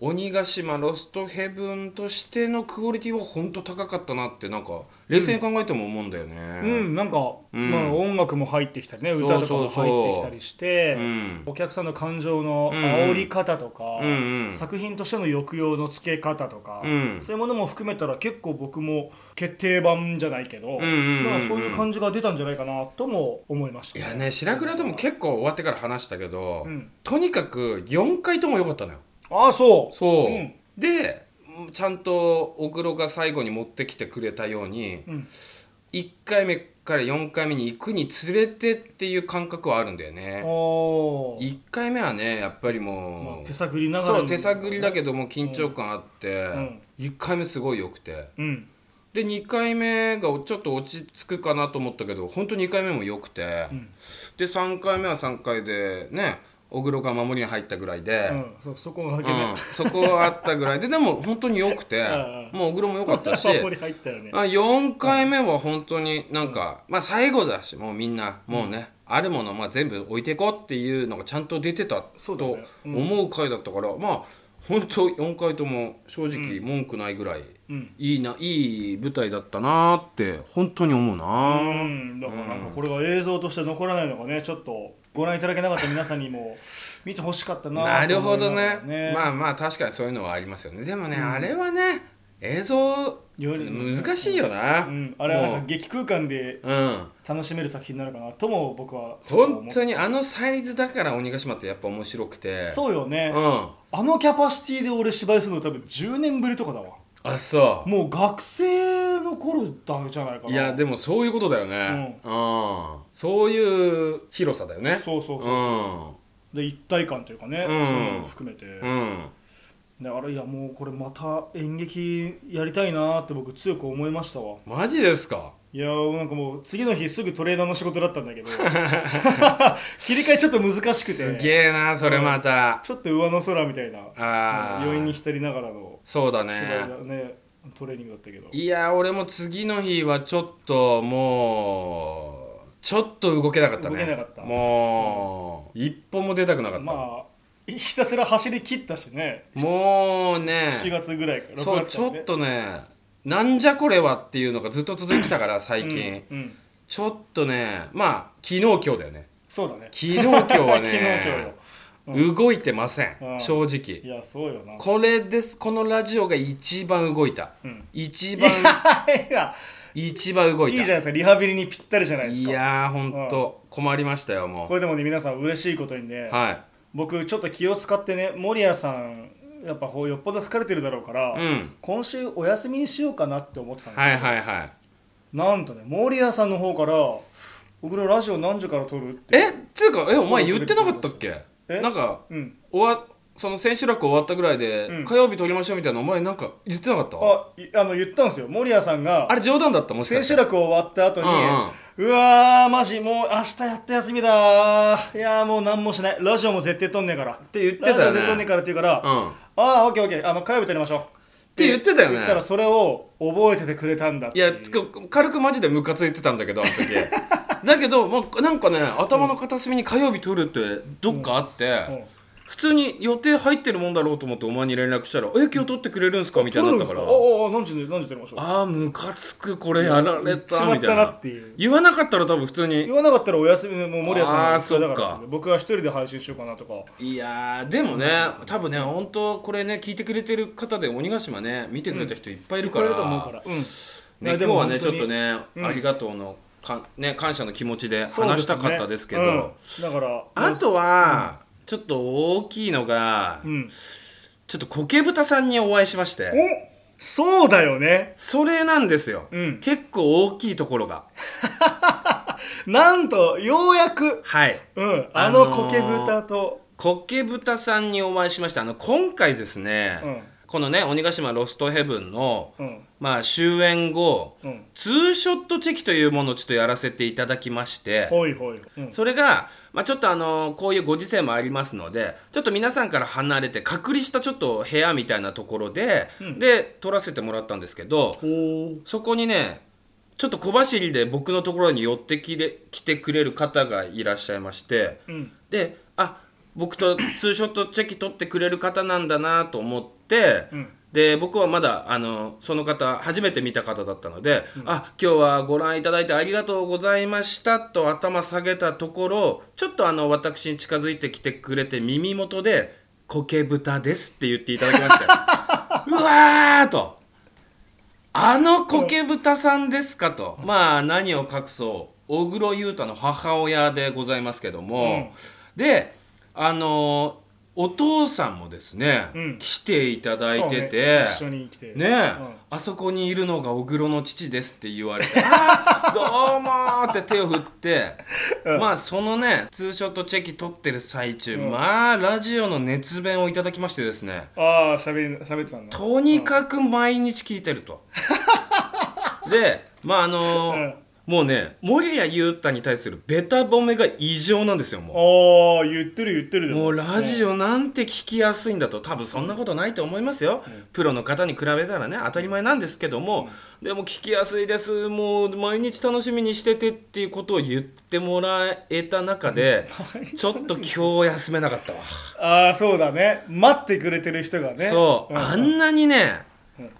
B: 鬼ヶ島ロストヘブンとしてのクオリティは本当高かったなってなんか冷静に考えても思うんだよね。
A: うん、なんか、
B: うん
A: まあ、音楽も入ってきたりね
B: そう
A: 歌とかも入ってきたりして
B: うん
A: お客さんの感情の
B: うん
A: 煽り方とか、
B: うんうん
A: 作品としての抑揚のつけ方とか、
B: うん
A: そういうものも含めたら結構僕も決定版じゃないけど、
B: うんうんうん
A: まあそういう感じが出たんじゃないかなとも思いまし
B: い
A: た、
B: やね白倉とも結構終わってから話したけど、
A: うん
B: とにかく4回とも良かったのよ。
A: ああそう
B: そう、
A: うん
B: でちゃんと小黒が最後に持ってきてくれたように、
A: うん
B: 1回目から4回目に行くにつれてっていう感覚はあるんだよね。
A: おー
B: 1回目はねやっぱりも
A: まあ
B: う、
A: 手探りなが
B: そ
A: ら
B: う手探りだけ
A: ど
B: ども緊張感あって、
A: ん
B: 1回目すごい良くて
A: うん
B: で2回目がちょっと落ち着くかなと思ったけど本当2回目も良くて、
A: ん
B: で3回目は3回でね小黒が守りに入ったぐらいで。
A: うん、そそこが
B: う
A: けね
B: ん、そこはあったぐらいででも本当に良くて
A: うんうん
B: もう小黒も良かったし
A: 守り入ったよね
B: あ4回目は本当になんか、まあ最後だしもうみんなもうね、あるものまあ全部置いていこうっていうのがちゃんと出てた
A: そう
B: と
A: だねうん
B: 思う回だったから、まあ本当4回とも正直文句ないぐら
A: う
B: い、
A: ん
B: いいないい舞台だったなーって本当に思うな、
A: うん、だからなんかこれが映像として残らないのがねちょっとご覧いただけなかった皆さんにも見てほしかったな
B: なるほど
A: と思いながら
B: ねまあまあ確かにそういうのはありますよねでもね、あれはね映像
A: より
B: 難しいよな、
A: うん、あれはなんか劇空間で
B: もううん
A: 楽しめる作品になるかなとも僕は
B: 本
A: に
B: 当にあのサイズだから鬼ヶ島ってやっぱ面白くて
A: そうよね、
B: うん
A: あのキャパシティで俺芝居するの多分10年ぶりとかだわ
B: あそ
A: もう学生の頃だじゃないか
B: う
A: ないい
B: やでもそういうことだよねうん、そういう広さだよね
A: そうそうそう、で一体感というかね、
B: うん
A: そういうのも含めて、
B: うん、うん、
A: であれいやもうこれまた演劇やりたいなって僕強く思いましたわ
B: マジですか
A: いやーなんかもう次の日すぐトレーナーの仕事だったんだけ ど切り替えちょっと難しく
B: す
A: て
B: げえなそれまた、
A: ちょっと上の空みたいな
B: ああ
A: 余韻に浸りながらの
B: そうだ
A: 芝居だ
B: ね
A: ねトレーニングだったけど
B: いや俺も次の日はちょっともうちょっと動けなかったね
A: 動けなかった
B: もう、一歩も出たくなかった、
A: まあひたすら走り切ったしね
B: もうね
A: 7月ぐらいから
B: そう
A: 6月
B: ち
A: から、ね
B: ょ、っとねなんじゃこれはっていうのがずっと続いてたから最近、
A: うん、うん
B: ちょっとねまあ昨日今日だよね
A: そうだね
B: 昨日今日は
A: 昨日今日
B: ね
A: よう
B: 動いてません、
A: うんい
B: 正直
A: やそうよな
B: これですこのラジオが一番動いた
A: うん
B: 一
A: い
B: 番
A: やいや
B: 一番動
A: いい
B: い
A: じ
B: た
A: ゃないですかリハビリにぴったりじゃないです
B: い
A: か
B: やーほんと困りましたよも
A: これでもね皆さん嬉しいことにね、
B: うは
A: 僕ちょっと気を使ってね守谷さんやっぱほうよっぽど疲れてるだろうから、
B: いうん
A: 今週お休みにしようかなって思ってたんです
B: は
A: よ、
B: いはいはい
A: なんとね守谷さんの方から「僕のラジオ何時から撮る?」って
B: えっつうかえお前言ってなかったっけ
A: え
B: なんか
A: うん
B: おわその千秋楽終わったぐらいで、
A: うん
B: 火曜日撮りましょうみたいなお前なんか言ってなかったあ
A: あいあの言ったんですよ守屋さんが
B: れ冗談だったもし
A: 千
B: かし
A: 秋
B: て
A: 楽終わった後に、
B: う
A: うわーマジもう明日やった休みだーいやーもう何もしないラジオも絶対撮んねえからって
B: 言ってたよね
A: ラジオ絶対撮んねえからって言うから、
B: うんうん
A: ああオッケーオッケーあの火曜日撮りましょうって
B: 言ってたよね
A: 言ったらそれを覚えててくれたんだって
B: い
A: いう
B: やつか軽くマジでムカついてたんだけどあの時だけど、まあ、なんかね頭の片隅に火曜日撮るってどっかあって、
A: うん
B: 普通に予定入ってるもんだろうと思ってお前に連絡したら「え今日撮ってくれるんすか?」みたいになったから
A: 撮れるんですかああああ何時で何時撮りましょう
B: ああムカつくこれやられた
A: うん
B: みたい
A: 言っちまったな
B: な
A: っていう
B: 言わなかったら多分普通に
A: 言わなかったらお休みもう森谷さん
B: あー
A: がそれだ
B: そ
A: ら
B: っか
A: 僕は一人で配信しようかなとか
B: いやーでもね多分ね本当これね聞いてくれてる方で鬼ヶ島ね見てくれた人いっぱいいる
A: こ
B: か
A: れ
B: ら,、
A: いると思うから、うん
B: ね、
A: やで
B: 今日
A: も
B: はね
A: 本
B: ち
A: 当
B: ょっ
A: に
B: とね、
A: うん
B: ありがとうのか、ね、感謝の気持ちで
A: そう
B: 話
A: で
B: し
A: すね
B: たかったですけど
A: うんだから
B: あとは、ちょっと大きいのが、
A: うん
B: ちょっと苔豚さんにお会いしまして
A: おそうだよね
B: それなんですよ、
A: うん
B: 結構大きいところが
A: なんとようやく
B: はい
A: うんあ
B: あの
A: の
B: ー
A: 苔豚と、
B: 苔豚さんにお会いしましたあの今回ですね、
A: うん
B: このね鬼ヶ島ロストヘブンの、
A: うん
B: まあ終演後、
A: うん
B: ツーショットチェキというものをちょっとやらせていただきまして、
A: ほいほい、うん、
B: それが、まあ、ちょっとあのこういうご時世もありますのでちょっと皆さんから離れて隔離したちょっと部屋みたいなところで、で撮らせてもらったんですけど
A: ほー
B: そこにねちょっと小走りで僕のところに寄ってきれ来てくれる方がいらっしゃいまして、
A: ん
B: であ僕とツーショットチェキ取ってくれる方なんだなと思って、
A: ん
B: で僕はまだあのその方初めて見た方だったので、あ今日はご覧いただいてありがとうございましたと頭下げたところちょっとあの私に近づいてきてくれて耳元で「苔豚です」って言っていただきま したようわーと。あの苔豚さんですかと、まあ何を隠そう小黒裕太の母親でございますけども、であのお父さんもですね、
A: うん
B: 来ていただいてて
A: そうね一緒に来て
B: ねえ、あそこにいるのが小黒の父ですって 言われて「あーどうも」って手を振って、
A: うん
B: まあそのねツーショットチェキ撮ってる最中、
A: うん
B: まあラジオの熱弁をいただきましてですね、
A: うん、ああしゃべりしゃべってたんだ
B: とにかく毎日聞いて るとでまああのー
A: うん
B: もうね守谷裕太に対するベタ褒めが異常なんですよも
A: ああ言ってる言ってる
B: う
A: で
B: もうラジオなんて聞きやすいんだと多分そんなことないと思いますよ、プロの方に比べたらね当たり前なんですけども、でも聞きやすいですもう毎日楽しみにしててっていうことを言ってもらえた中で、ちょっと今日休めなかったわ
A: ああそうだね待ってくれてる人がね
B: そう、
A: ん
B: あんなにね、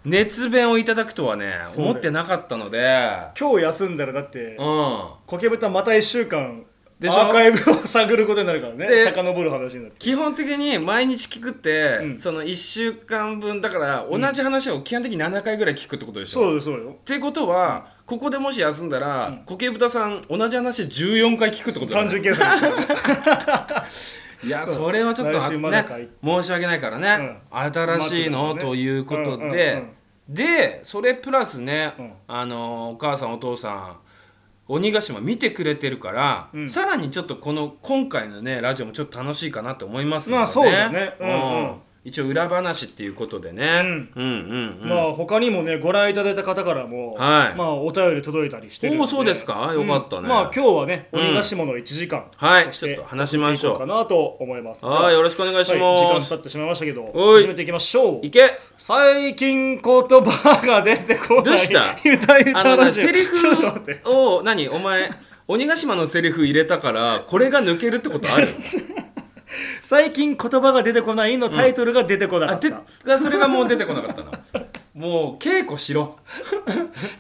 B: 熱弁をいただくとはね
A: そうだよ
B: 思ってなかったので
A: 今日休んだらだって
B: うん
A: 苔豚また1週間ア
B: でしょ
A: ーカイブを探ることになるからね
B: で
A: 遡る話になって
B: 基本的に毎日聞くって、
A: うん
B: その1週間分だから同じ話を基本的に7回ぐらい聞くってことでしょ、
A: そう
B: っ
A: よそうよ
B: てことは、ここでもし休んだら、苔豚さん同じ話14回聞くってことだ、
A: 単純
B: ね、
A: 計算で
B: いやそれはちょっと
A: 来
B: あ、
A: 週
B: ね
A: まだかい、
B: 申し訳ないからね、新しいの、
A: 待ってたからね
B: ということで、
A: うんうんうん
B: でそれプラスね、
A: うん
B: あのお母さんお父さん鬼ヶ島見てくれてるから、
A: うん
B: さらにちょっとこの今回のねラジオもちょっと楽しいかなと思いますの
A: ま
B: で
A: あそうだねうんうん
B: 一応裏話っていうことでね、うん、うんうん
A: まあ他にもねご覧いただいた方からも、
B: はい
A: まあお便り届いたりしてるん
B: おーそうですかよかった
A: う
B: ね
A: んまあ今日はね
B: うん
A: 鬼ヶ島の1時間、
B: はい
A: そして
B: ちょっと話しましょう
A: やっていこかなと思います
B: はいよろしくお願いしま
A: はい、時間
B: す、
A: 経ってしまいましたけど
B: おい
A: 始めていきましょう
B: い、け
A: 最近言葉が出てこない
B: どうした
A: ゆたゆた
B: あの
A: ラ
B: ね
A: ジオ
B: セリフ
A: ちょっと待って
B: を何お前鬼ヶ島のセリフ入れたからこれが抜けるってことある
A: 最近言葉が出てこないのタイトルが出てこなか
B: あ
A: った、
B: でそれがもう出てこなかったなもう稽古しろ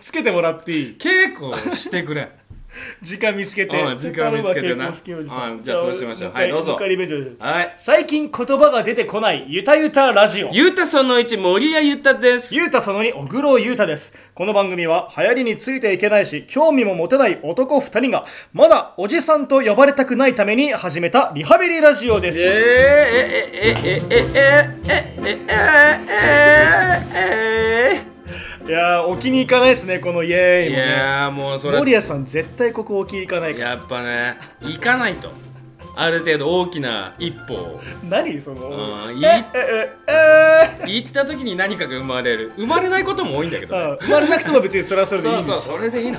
A: つけてもらっていい
B: 稽古してくれ
A: 時間見つけて
B: うん時間見つけてな
A: 頼むわ健康好きおじさん
B: うんじゃあそうしましょう
A: じゃあ
B: はいどうぞ
A: も一回リベンジお願いします
B: はい
A: 最近言葉が出てこないゆたゆたラジオ
B: ゆうたその一森谷ゆうたです
A: ゆうたその2小黒ゆうたですこの番組は流行りについていけないし興味も持てない男2人がまだおじさんと呼ばれたくないために始めたリハビリラジオです、
B: えーええええええええええええ
A: いやー置きに行かないですねこのイエーイ
B: えい
A: もね
B: やーもうそれ
A: 守屋さん絶対ここ置きに行かないから
B: やっぱね行かないとある程度大きな一歩を
A: 何その
B: うんい
A: ええええ
B: 行った時に何かが生まれる生まれないことも多いんだけどね、
A: うん生まれなくても別にそれはそれでいいん
B: そ
A: で
B: う
A: すよ
B: そうそれでいいの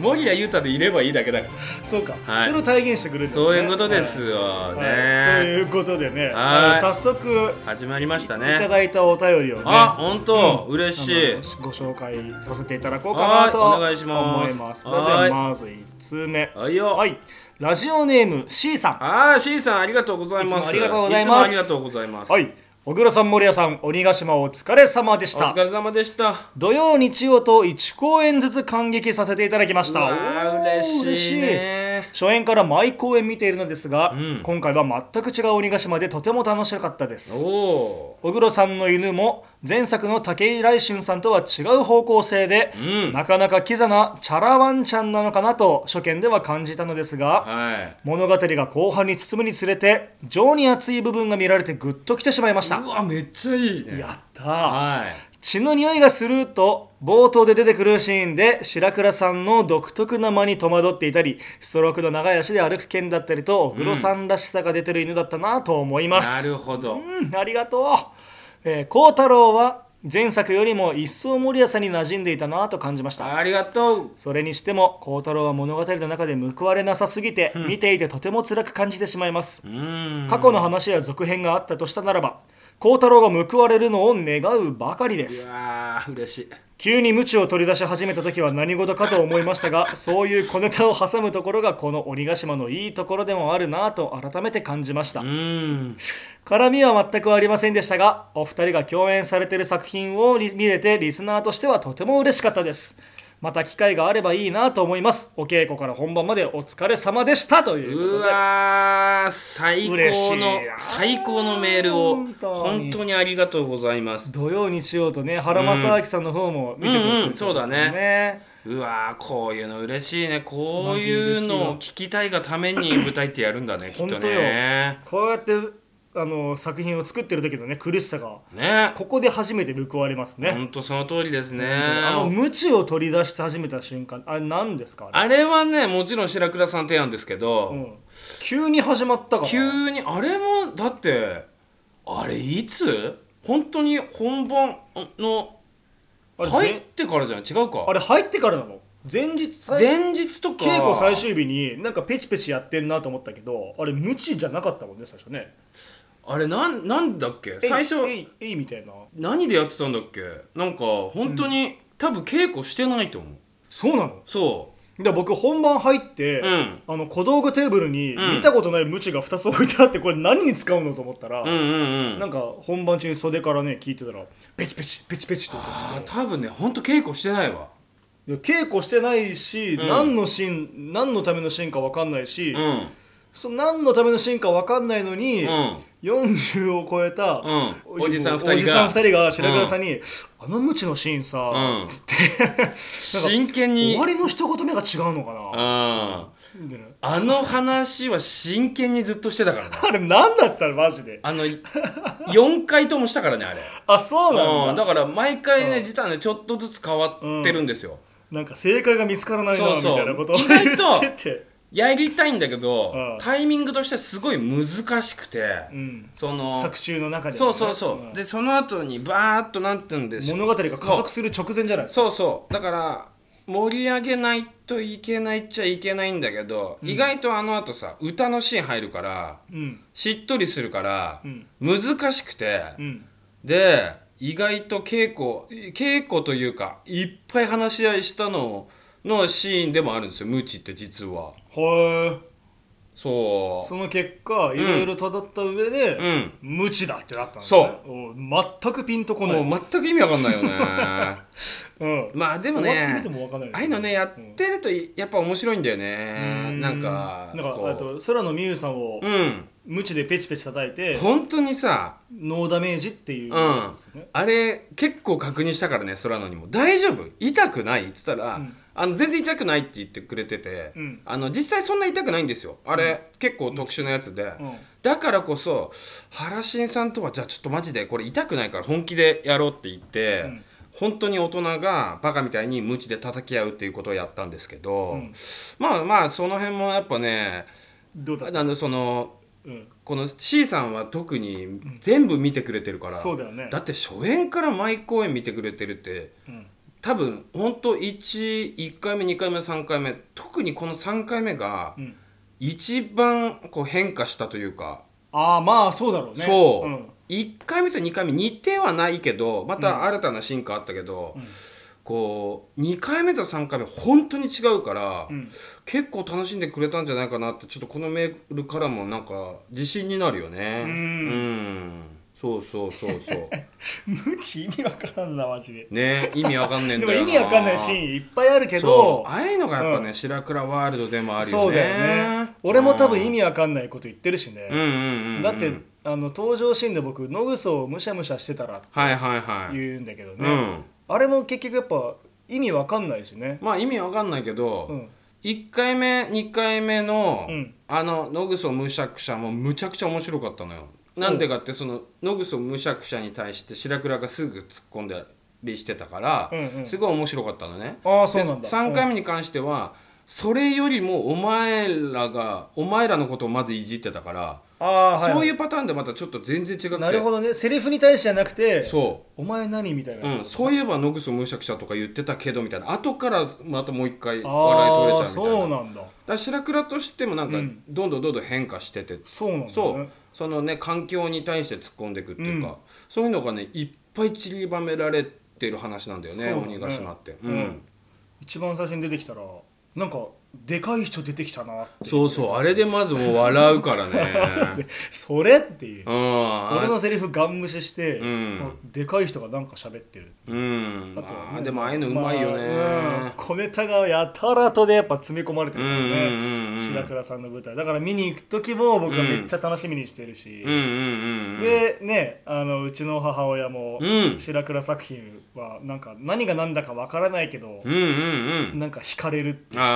B: 森谷裕太でいればいいだけだから
A: そうか、
B: はい
A: それを体現してくれるんだね
B: そういうことですよ
A: はいはいと
B: ね
A: いうことでね、
B: はい
A: 早速
B: 始まりました
A: いた
B: ね
A: だいたお便りをね
B: あ本当
A: うん
B: 嬉しい
A: あのご紹介させていただこうかなと
B: はいお
A: 思
B: 願
A: い
B: いします
A: ますそれ
B: は
A: で
B: い
A: はまず1通目
B: はいよ
A: はいラジオネーム C さん
B: ああ C さんありがとうございます
A: いつもありがとうございます
B: つもありがとうございます
A: はい小倉さん森谷さん鬼ヶ島お疲れ様でし
B: お
A: た
B: 疲れ様でした
A: 土曜日曜と1公演ずつ感激させていただきまし
B: う
A: た
B: わ
A: お
B: ー
A: ー
B: 嬉しい
A: 嬉しい
B: ね
A: 初演から毎公演見ているのですが、
B: うん
A: 今回は全く違う鬼ヶ島でとても楽しかったです
B: おお
A: 小黒さんの犬も前作の武井来春さんとは違う方向性で
B: ー、うん
A: なかなかキザなチャラワンちゃんなのかなと初見では感じたのですが
B: はい
A: 物語が後半に進むにつれて情に熱い部分が見られてグッときてしまいました
B: うわめっちゃいいね
A: やったー
B: はい
A: 血の匂いがすると冒頭で出てくるシーンで白倉さんの独特な間に戸惑っていたりストロークの長い足で歩く剣だったりと小黒さんらしさが出てる犬だったなと思います、
B: なるほど
A: うん、ありがとう。えー、孝太郎は前作よりも一層森谷さんに馴染んでいたなと感じました。
B: ありがとう
A: それにしても孝太郎は物語の中で報われなさすぎて、見ていてとても辛く感じてしまいます。
B: うん
A: 過去の話や続編があったとしたならば、孝太郎が報われるのを願うばかりで
B: う
A: す。
B: わー嬉しい
A: 急に無知を取り出し始めた時は何事かと思いましたが、 そういう小ネタを挟むところがこの鬼ヶ島のいいところでもあるなと改めて感じました
B: う。ん
A: 絡みは全くありませんでしたがお二人が共演されている作品をり見れてリスナーとしてはとても嬉しかったですまた機会があればいいなと思いますお稽古から本番までお疲れ様でしたという
B: う
A: ことで
B: わー最高の
A: 嬉しいな
B: 最高のメールを
A: 本当に
B: 本当にありがとうございます
A: 土曜日曜とね原正明さんの方も見てくれてるんですよ
B: うんうんそうだねうわーこういうの嬉しいねこういうのを聞きたいがために舞台ってやるんだねきっと
A: 本当よ
B: ね
A: こうやってあの作品を作ってる時のね苦しさが
B: ね
A: ここで初めて報われますね
B: 本当その通りですね
A: あの無知を取り出して始めた瞬間あれ何ですかあれ
B: あれはねもちろん白倉さん提案ですけど、
A: うん、急に始まったから
B: 急にあれもだってあれいつ本当に本番の
A: あれ
B: 入ってからじゃん違うか
A: あれ入ってからなの前日最
B: 前日とか
A: 稽古最終日になんかペチペチやってんなと思ったけどあれ無知じゃなかったもんね最初ね
B: あれなんなんだっけ最初
A: えいえいえいみたいな
B: 何でやってたんだっけなんか本当に、多分稽古してないと思う
A: そうなの
B: そ
A: で僕本番入って、
B: ううん
A: あの小道具テーブルに
B: うん
A: 見たことない無知が2つ置いてあってこれ何に使うのと思ったら、
B: うんうんう
A: なんんか本番中に袖からね聞いてたらペチペチペチペチって音
B: あ
A: し
B: ー
A: て
B: 多分ね本当稽古してないわ
A: いや稽古してないし、
B: うん
A: 何のシーン何のためのシーンか分かんないし、
B: うんうん
A: その何のためのシーンか分かんないのに、40を超えた、
B: うんおじさん二人が
A: おじさん二人が白倉さんに、あの無知のシーンさ、
B: うん真剣に
A: 終わりの一言目が違うのかな
B: あ
A: みたいな
B: あの話は真剣にずっとしてたからね
A: あれ何だったのマジで
B: あの4回ともしたからねあれ
A: あそう
B: う
A: なんん
B: だ
A: だ
B: から毎回
A: う
B: ね
A: ん
B: 実はねちょっとずつ変わってるんですよ
A: なんか正解が見つからないな
B: そう
A: み
B: そう
A: たいなことを
B: 意外と
A: 言ってて、
B: やりたいんだけど
A: うん
B: タイミングとしてすごい難しくて
A: うん、
B: その
A: 作中の中で、ね、
B: そうそうそう、
A: ん
B: でその後にバーッとなんていうんです
A: 物語が加速する直前じゃないですか
B: そうそうだから盛り上げないといけないっちゃいけないんだけど、意外とあの後さ歌のシーン入るから
A: うん
B: しっとりするから
A: う、ん
B: 難しくて、
A: うん
B: で意外と稽古稽古というかいっぱい話し合いしたののシーンでもあるんですよムチって実は
A: はい
B: そ
A: うその結果いろいろたどった上で、
B: うん
A: 無知だってなったんだね
B: そう
A: お全くピンとこない、
B: もう全く意味わかんない よね
A: うん、
B: まあでも
A: 終わって
B: ね
A: みても分かんないよ
B: ああいうのねやってるといやっぱ面白いんだよ
A: う
B: ね
A: ん
B: なんか
A: なんかあ
B: こと
A: 空の美優さんを
B: ううん
A: 無知でペチペチ叩いて、
B: 本当にさ
A: ノーダメージっていう
B: うん
A: やつですよね、
B: あれ結構確認したからね空のにも「大丈夫痛くない?」っつったら、
A: ん
B: あの「全然痛くない」って言ってくれてて、
A: うん
B: あの実際そんな痛くないんですよあれ、結構特殊なやつで、
A: うん
B: だからこそ原新さんとはじゃあちょっとマジでこれ痛くないから本気でやろうって言って、
A: うん
B: 本当に大人がバカみたいに無知で叩き合うっていうことをやったんですけど、
A: ん
B: まあまあその辺もやっぱね
A: どうだ
B: あ
A: っ
B: のその
A: た、うん、
B: この C さんは特に全部見てくれてるから、
A: そうだよね
B: だって初演から毎公演見てくれてるって
A: うん
B: 多分ほんと11回目2回目3回目特にこの3回目が
A: うん
B: 一番こう変化したというか、
A: ああまあそうだろうね
B: そう、
A: ん
B: 1回目と2回目似てはないけどま
A: う
B: た新たな進化あったけど、
A: うん
B: こう2回目と3回目本当に違うから、
A: うん
B: 結構楽しんでくれたんじゃないかなってちょっとこのメールからもなんか自信になるよね
A: うん
B: うんそうそうそうそう
A: 無知意味わからんなマジで
B: ね意味わかんねえ ん
A: で
B: だ
A: も
B: よな
A: 意味わかんないシーンいっぱいあるけ
B: そ
A: ど
B: うああいうのがやっぱね、
A: うん
B: 白倉ワールドでもあるよね
A: そうだよね俺も多分意味わかんないこと言ってるし
B: うん
A: ね、
B: うんうんうん
A: だってあの登場シーンで僕野草をむしゃむしゃしてたらって
B: はいはいはい
A: 言うんだけどね、
B: うん
A: あれも結局やっぱ意味わかんないしね
B: まあ意味わかんないけど、
A: うん
B: 1回目2回目の、
A: うん
B: あの野草むしゃくしゃもむちゃくちゃ面白かったのよなんでかってその野草むしゃくしゃに対して白倉がすぐ突っ込んだりしてたから、
A: うんうん
B: すごい面白かったのね
A: ああそうなんだ
B: 3回目に関しては、それよりもお前らがお前らのことをまずいじってたから、
A: ああはい、
B: そういううパターンでまたちょっと全然違くて
A: なるほどねセリフに対してじゃなくて
B: そう
A: お前何みたいな、
B: うん、そういえば野草むしゃくしゃとか言ってたけどみたいな後からまたもう一回笑い取
A: あ
B: れ
A: あ
B: ちゃうみたいな
A: そう
B: だか
A: なんだ
B: ら白倉としてもなんか
A: うん
B: どんどんどんどん変化してて、
A: そうなんだ、ね、
B: そうそのね環境に対して突っ込んでいくっていうか、
A: うん
B: そういうのがねいっぱい散りばめられてる話なんだよ
A: そう
B: ね
A: だね
B: 鬼ヶ島って、
A: う
B: うんん
A: 一番最初に出てきたらなんかでかい人出てきたなって
B: そうそうあれでまずもう笑うからね
A: それっていう
B: うん
A: 俺
B: あ
A: のセリフガン無視して、
B: うん
A: でかい人がなんか喋ってる
B: うん
A: あとはね
B: あーでもああいうのうまいよね、
A: まあうん小ネタがやたらとでやっぱ詰め込まれてるからね、
B: うんうんうんうん
A: 白倉さんの舞台だから見に行く時も僕はめっちゃ楽しみにしてるし、
B: うんうんうんうん
A: でねあのうちの母親も
B: うん
A: 白倉作品はなんか何が何だかわからないけど
B: う、んうん
A: なんか惹かれるって言って
B: うん
A: る
B: あ
A: か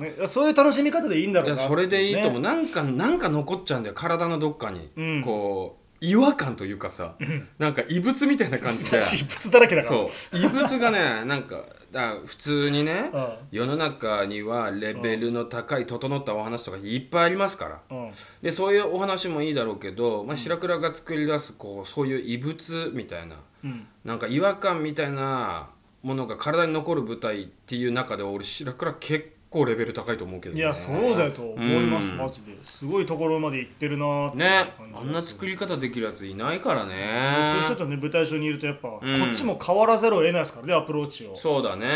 B: あ
A: らねそういう楽しみ方でいいんだ
B: い
A: ろう
B: や
A: な
B: それでいいと思う、
A: ね
B: なんかなんか残っちゃうんだよ体のどっかに、
A: うん
B: こう違和感というかさ、なんか異物みたいな感 じで
A: 私物だらけだから
B: そう異物がねなんかだ普通にね、
A: うん
B: 世の中にはレベルの高い整ったお話とかいっぱいありますから
A: うん
B: でそういうお話もいいだろうけど、まあ、白倉が作り出すこうそういう異物みたいな
A: うん
B: なんか違和感みたいなものが体に残る舞台っていう中で俺白倉結構レベル高いと思うけど、
A: い
B: ね、
A: やそうだよと思います、
B: うん
A: マジですごいところまで行ってるなーって
B: ね
A: 感じが
B: あ
A: する
B: んな作り方できるやついないから
A: そういう人
B: ね
A: とね舞台上にいるとやっぱ、
B: うん
A: こっちも変わらざるを得ないですからねアプローチを、
B: そうだね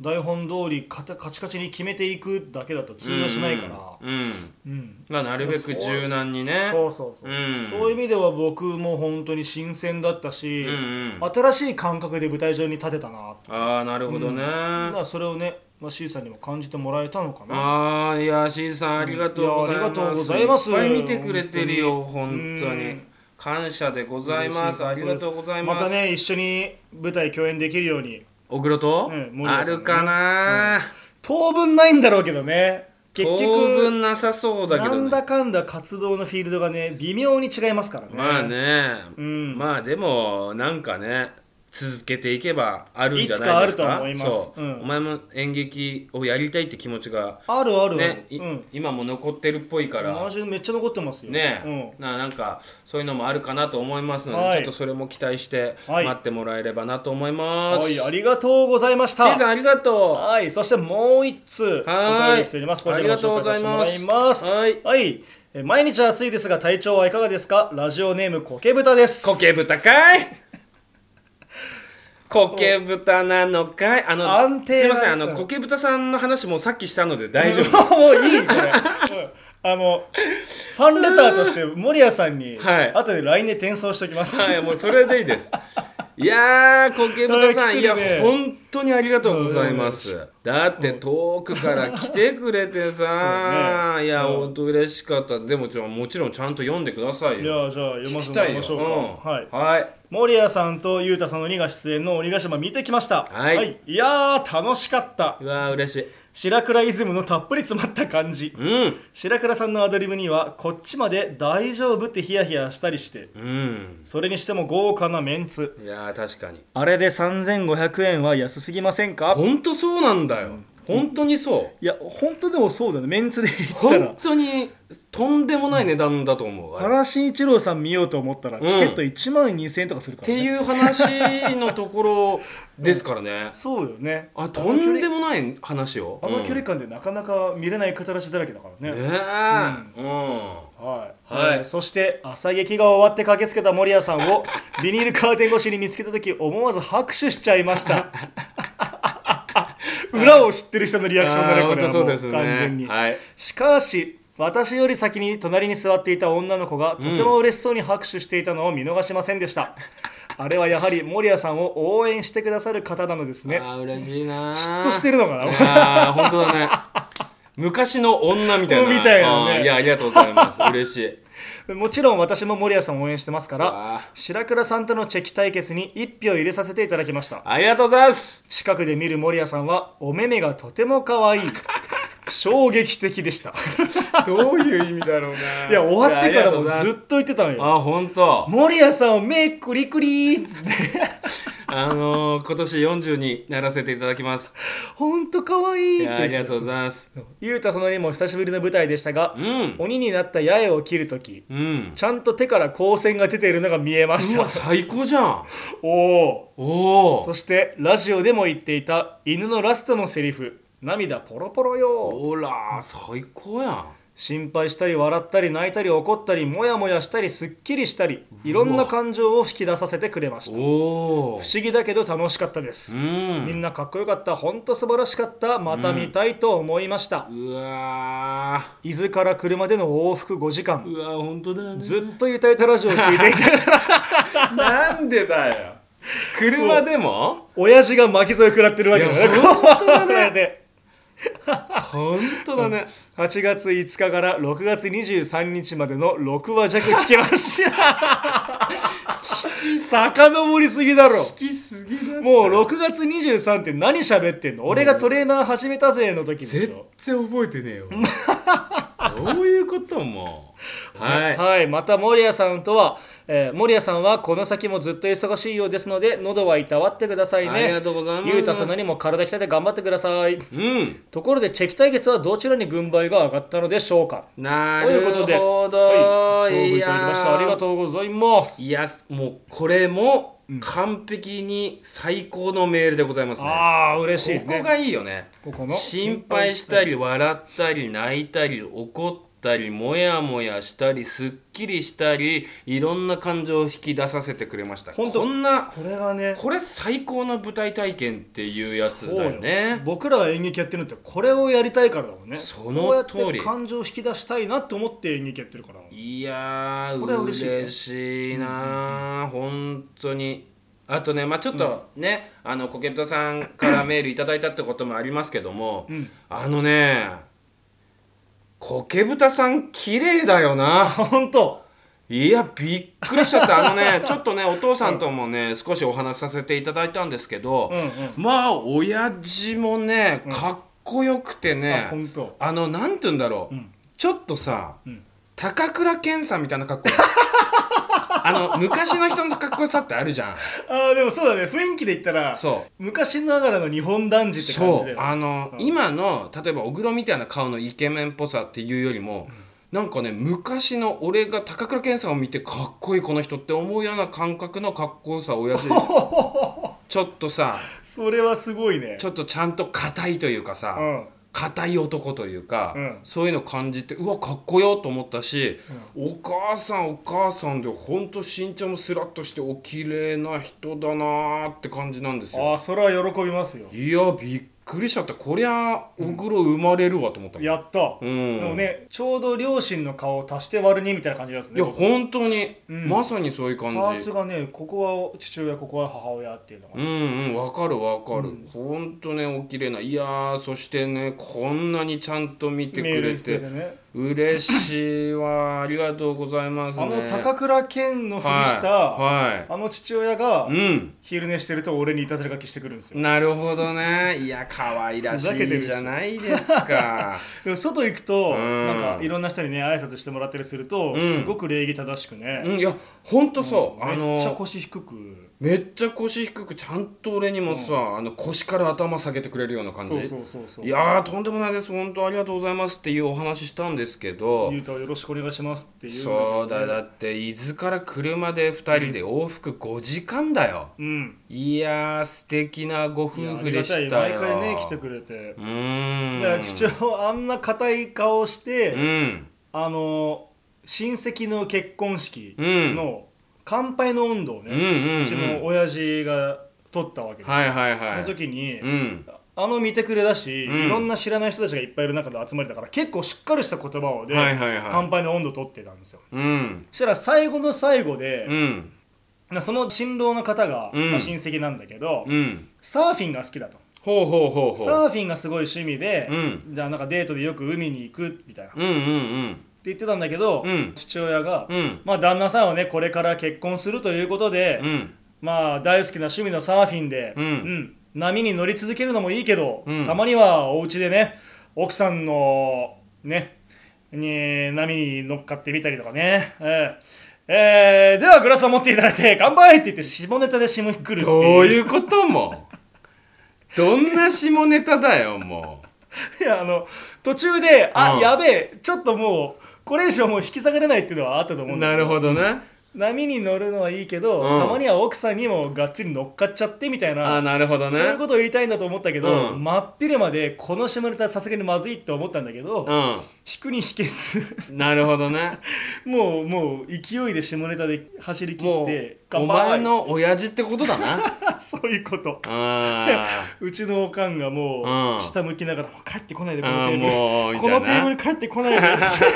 A: 台本通りカタカチカチに決めていくだけだと通用しないから
B: うんうん
A: うん、
B: まあなるべく柔軟にね
A: そうそうそう、
B: うん
A: そういう意味では僕も本当に新鮮だったし、
B: うんうん
A: 新しい感覚で舞台上に立てたな
B: ああなるほどね
A: だか
B: あ
A: らそれをね、まあ、C さんにも感じてもらえたのかな
B: あーいやしーさんありがとうござ
A: い
B: います
A: やありがとうございます
B: っぱい見てくれてるよ本当
A: う
B: に
A: ん
B: 感謝でございますありがとうござい
A: ま
B: ます
A: たね一緒に舞台共演できるように
B: 小黒と
A: うん森
B: あ
A: 田さんね
B: るかな
A: 当分ないんだろうけどね結
B: 当
A: 局
B: 分なさそうだけ
A: な
B: ど
A: ん
B: ね
A: だかんだ活動のフィールドがね微妙に違いますからね
B: まあね
A: うん
B: まあでもなんかね続けていけばあるんじゃ
A: いつか
B: な
A: あ
B: いで
A: る
B: す
A: と
B: か
A: 思います
B: そう、
A: うん
B: お前も演劇をやりたいって気持ちが
A: あるあるある、
B: ね、い
A: うん
B: 今も残ってるっぽいから
A: マジでめっちゃ残ってますよ
B: ね、
A: う
B: ななんかそういうのもあるかなと思いますので、
A: はい
B: ちょっとそれも期待して
A: はい
B: 待ってもらえればなと思い
A: ん、
B: ます、
A: はいありがとうございまし
B: ちいさ
A: た
B: んありがとう
A: はいそしてもう一通お便
B: はーい
A: り来ておりますこちらも紹介させてもらいます
B: ありがとうございます
A: はいえ毎日暑いですが体調はいかがですかラジオネームコケブタです
B: コケ豚かい コケ豚なのかいあの
A: 安定な
B: すいませんあ
A: う
B: の
A: ん
B: コケ豚さんの話もさっきしたので大丈 夫
A: もういいこれ、うんあのファンレターと して守屋さんに、
B: はい
A: 後で LINE で転送しておきます、
B: はい、もうそれでいいです。いやー、コケブタさ
A: あー来てるね
B: ん、いや、本当にありがとうございます。だって遠くから来てくれて
A: そう
B: さ、
A: だね
B: いや、
A: うん
B: 本当嬉しかった。でも、ちょもちろんちゃんと読んでください
A: じ
B: よ。
A: ゃあじゃあ読ませて
B: 聞き
A: も
B: た
A: らい
B: いよ。
A: ましょうか、はい
B: うんはい。
A: 守屋さんと裕太さんの2が出演の鬼ヶ島見てきました、
B: はい
A: い、いやー楽しかった
B: うわー、嬉しい。
A: 白倉イズムのたっぷり詰まった感じ
B: うん。
A: 白倉さんのアドリブにはこっちまで大丈夫ってヒヤヒヤしたりして
B: うん。
A: それにしても豪華なメンツ
B: いやー、確かに。
A: あれで3500円は安すぎませんか
B: 本当そうなんだよ。本当にそ
A: いや本当でもそうだねメンツで言
B: う
A: ったら
B: 本当にとんでもない値段だと思うあれっ
A: 原慎一郎さん見ようと思ったら
B: うん
A: チケット1万2000円とかするから、
B: て
A: ね
B: いう話のところですからね
A: そうよね
B: あとんでもない話よ
A: あの距離感でなかなか見れない形だらけだからね、
B: うんねえうん
A: はい、
B: はい
A: えーそして朝劇が終わって駆けつけた守屋さん をビニールカーテン越しに見つけた時思わず拍手しちゃいました 裏を知ってる人のリアクションだね
B: あー
A: これはもう
B: 本当
A: 完
B: そうですね
A: 全に、
B: はい
A: しかし私より先に隣に座っていた女の子がとても嬉しそうに拍手していたのを見逃しませんでした、あれはやはり守屋さんを応援してくださる方なのですね
B: あー嬉しいな
A: 嫉
B: 嫉
A: 妬してるのかな
B: ああ本当だね昔の女みたいな
A: みたいなね
B: うんいやありがとうございます嬉し い
A: もちろん私も守屋さんを応援してますか
B: うわ
A: ら白倉さんとのチェキ対決に1票入れさせていただきました
B: ありがとうございます
A: 近くで見る守屋さんはお目目がとても可愛い衝撃的でした
B: どういう意味だろうない
A: や終わってからもずっ
B: と
A: と言ってたのよ
B: あ本当。
A: 守屋さんを目クリクリーって
B: あのー、今年40にならせていただきます
A: ほんと可愛いっ
B: い
A: て
B: やありがとう
A: う
B: ございます
A: ゆうたそのにも久しぶりの舞台でしたが
B: う、ん
A: 鬼になった八重を切るとき
B: うん
A: ちゃんと手から光線が出ているのが見えまし
B: うわ
A: た
B: 最高じゃん
A: おおー
B: お
A: そ
B: ー
A: してラジオでも言っていた犬のラストのセリフ涙ポロポロよ
B: おらー最高やん
A: 心配したり笑ったり泣いたり怒ったりモヤモヤしたりすっきりしたりいろんな感情を引き出させてくれました不
B: おお
A: 思議だけど楽しかったで
B: う
A: す、みん
B: ん
A: なかっこよかったほんと素晴らしかったまた見たいと思いました、
B: うわー
A: 伊豆から車での往復5時間
B: うわ本当だよね
A: ずっとゆたゆたラジオを聞いてい た
B: なんでだよ車でも
A: 親父が巻き添え食らってるわけだ
B: い
A: ね
B: や
A: 本当だね
B: 本当だね
A: 8月5日から6月23日までの6話弱聞けま した。 遡りすぎだろ。
B: 好きすぎだ
A: もう6月23って何喋ってんの俺がトレーナー始めたぜの時でし
B: 絶
A: ょ。
B: 対覚えてねえよどういうこともうはい
A: はい、また守屋さんとは、えー、守屋さんはこの先もずっと忙しいようですので、喉はいたわってください
B: ありが
A: ね。
B: とうございます
A: ゆうたさんにも体鍛えて頑張ってください。
B: うん
A: ところで、チェキ対決はどちらに軍配が上がったのでしょうか
B: な
A: とい
B: る
A: う
B: ほ
A: ことで、
B: ど
A: はい、勝負
B: い
A: いただきました。ありがとうございます。
B: いやもうこれも完璧に最高のメールでございますね
A: ああ、嬉しい、ね。
B: ここがいいよね
A: ここの
B: 心配したり笑ったり泣いたり怒ったりもやもやしたりすっきりしたりいろんな感情を引き出させてくれました
A: 本当
B: こんな
A: これがね
B: これ最高の舞台体験っていうやつだよ
A: そうよ
B: ね
A: 僕らが演劇やってるのってこれをやりたいからだもんね
B: その
A: こうやっ
B: 通り
A: て感情を引き出したいなって思って演劇やってるから
B: いやー
A: これは嬉しいね
B: 嬉しいなー本当にあとねまあちょっとね、あのコケットさんからメールいただいたってこともありますけども、
A: ん
B: あのねコケブタさん綺麗だよな
A: 本当
B: いやびっくりしち ゃったあのねちょっとねお父さんともね少しお話しさせていただいたんですけど、
A: うんうん
B: まあ親父もねかっこよくてね
A: あ、本当
B: あのなんて言うんだろう、
A: ん
B: ちょっとさ、
A: ん
B: 高倉健さんみたいな格 好あの昔の人の格好さってあるじゃん
A: ああでもそうだね雰囲気で言ったら
B: そう
A: 昔ながらの日本男児って感じ
B: そ
A: だ
B: う
A: よね
B: あの、今の例えば小黒みたいな顔のイケメンっぽさっていうよりも、なんかね昔の俺が高倉健さんを見てかっこいいこの人って思うような感覚のかっこよさ 親父ちょっとさ
A: それはすごいね
B: ちょっとちゃんと硬いというかさ
A: うん
B: 硬、い男というか、
A: うん
B: そういうの感じてうわかっこよと思ったし、お母さんお母さんでほんと身長もスラッとしてお綺麗な人だなーって感じなんですよ
A: ああそれは喜びますよ
B: いやびっくりしちゃったこりゃお風呂生まれるわと思ったもん、いや
A: やった、
B: うん
A: でもねちょうど両親の顔を足して割る2みたいな感じなんですね
B: 本当に、
A: うん
B: まさにそういう
A: パ
B: 感
A: ー
B: じ
A: ツがねここは父親ここは母親っていうのが
B: うんうんわかるわかる、ほんとねお綺麗ないやーそしてねこんなにちゃんと見てく
A: メー
B: れ
A: ル来
B: て
A: てね
B: 嬉しいわありがとうございますね
A: あの高倉健のふりした、
B: はい、は
A: あの父親が
B: い、うん
A: 昼寝してると俺にいたずら書きしてくるんですよ
B: なるほどねいや可愛らし
A: ふざけてる
B: い
A: し
B: じゃないです か
A: でも外行くと
B: うん
A: なんかいろんな人にね挨拶してもらったりすると
B: うん
A: すごく礼儀正しく
B: う
A: ね、
B: んいやほんとそう、あ
A: めっちゃ
B: の
A: 腰低く
B: めっちゃ腰低くちゃんと俺にもさ、あの腰から頭下げてくれるような感じ
A: そうそうそうそう
B: いやーとんでもないです本当ありがとうございますっていうお話したんですけど
A: ゆうたをよろしくお願いしますっていう
B: そうだだ
A: だ
B: って伊豆から車で2人で往復5時間だよ、
A: うん
B: いやー素敵なご
A: いや
B: 夫
A: あ
B: 婦
A: り
B: で
A: が
B: した
A: い
B: たよ
A: 毎回ね来てくれて
B: うーん
A: いや父親はあんな硬い顔して、
B: うん
A: あの親戚の結婚式
B: うん
A: の乾杯の温度を
B: うんうん
A: ね、うちの
B: うん
A: 親父が取ったわけです、
B: はいはいは
A: そ
B: い
A: の時に、
B: うん
A: あの見てくれだし、
B: うん
A: いろんな知らない人たちがいっぱいいる中で集まりだから結構しっかりした言葉をで、
B: はいはいはい
A: 乾杯の温度を取ってたんですよ
B: うん
A: そしたら最後の最後で
B: う、ん
A: なその新郎の方が、
B: うん
A: まあ親戚なんだけど、
B: うん
A: サーフィンが好きだと
B: ほうほうほうほ
A: サ
B: う
A: ーフィンがすごい趣味で、
B: うん
A: じゃあなんかデートでよく海に行くみたいな、って
B: うんうん
A: 言ってたんだけど、
B: うん
A: 父親が、
B: うんうん
A: まあ旦那さんはねこれから結婚するということで、
B: うん
A: まあ大好きな趣味のサーフィンで、
B: うん
A: 波に乗り続けるのもいいけど、
B: うん
A: たまにはお家でね奥さんのねに波に乗っかってみたりとかね、ええええではグラスを持っていただいて乾杯って言って下ネタで下に来るって
B: どう
A: いう
B: いうこともどんな下ネタだよもう
A: いやあの途中であ、
B: うん
A: やべえちょっともうこれ以上もう引き下がれないっていうのはあったと思うんだ
B: な
A: け
B: るほどね
A: 波に乗るのはいいけど、
B: うん
A: たまには奥さんにもがっつり乗っかっちゃってみたい
B: あ
A: な
B: なるほど
A: そ
B: ね
A: ういうことを言いたいんだと思ったけど、
B: うん
A: 真っ昼までこの下ネタさすがにまずいって思ったんだけど、引くに引けず
B: うんなるほどね
A: もうもう勢いで下ネタで走り切
B: も
A: っ
B: う
A: て
B: お前の親父ってことだな
A: そういうこと
B: あ
A: うちのおかんがも
B: うん
A: う下向きながら「もう帰ってこないでこの
B: あ
A: テーブル
B: もうみ
A: このテ
B: た
A: ー
B: い
A: ブル
B: な
A: 帰ってこないで」 そし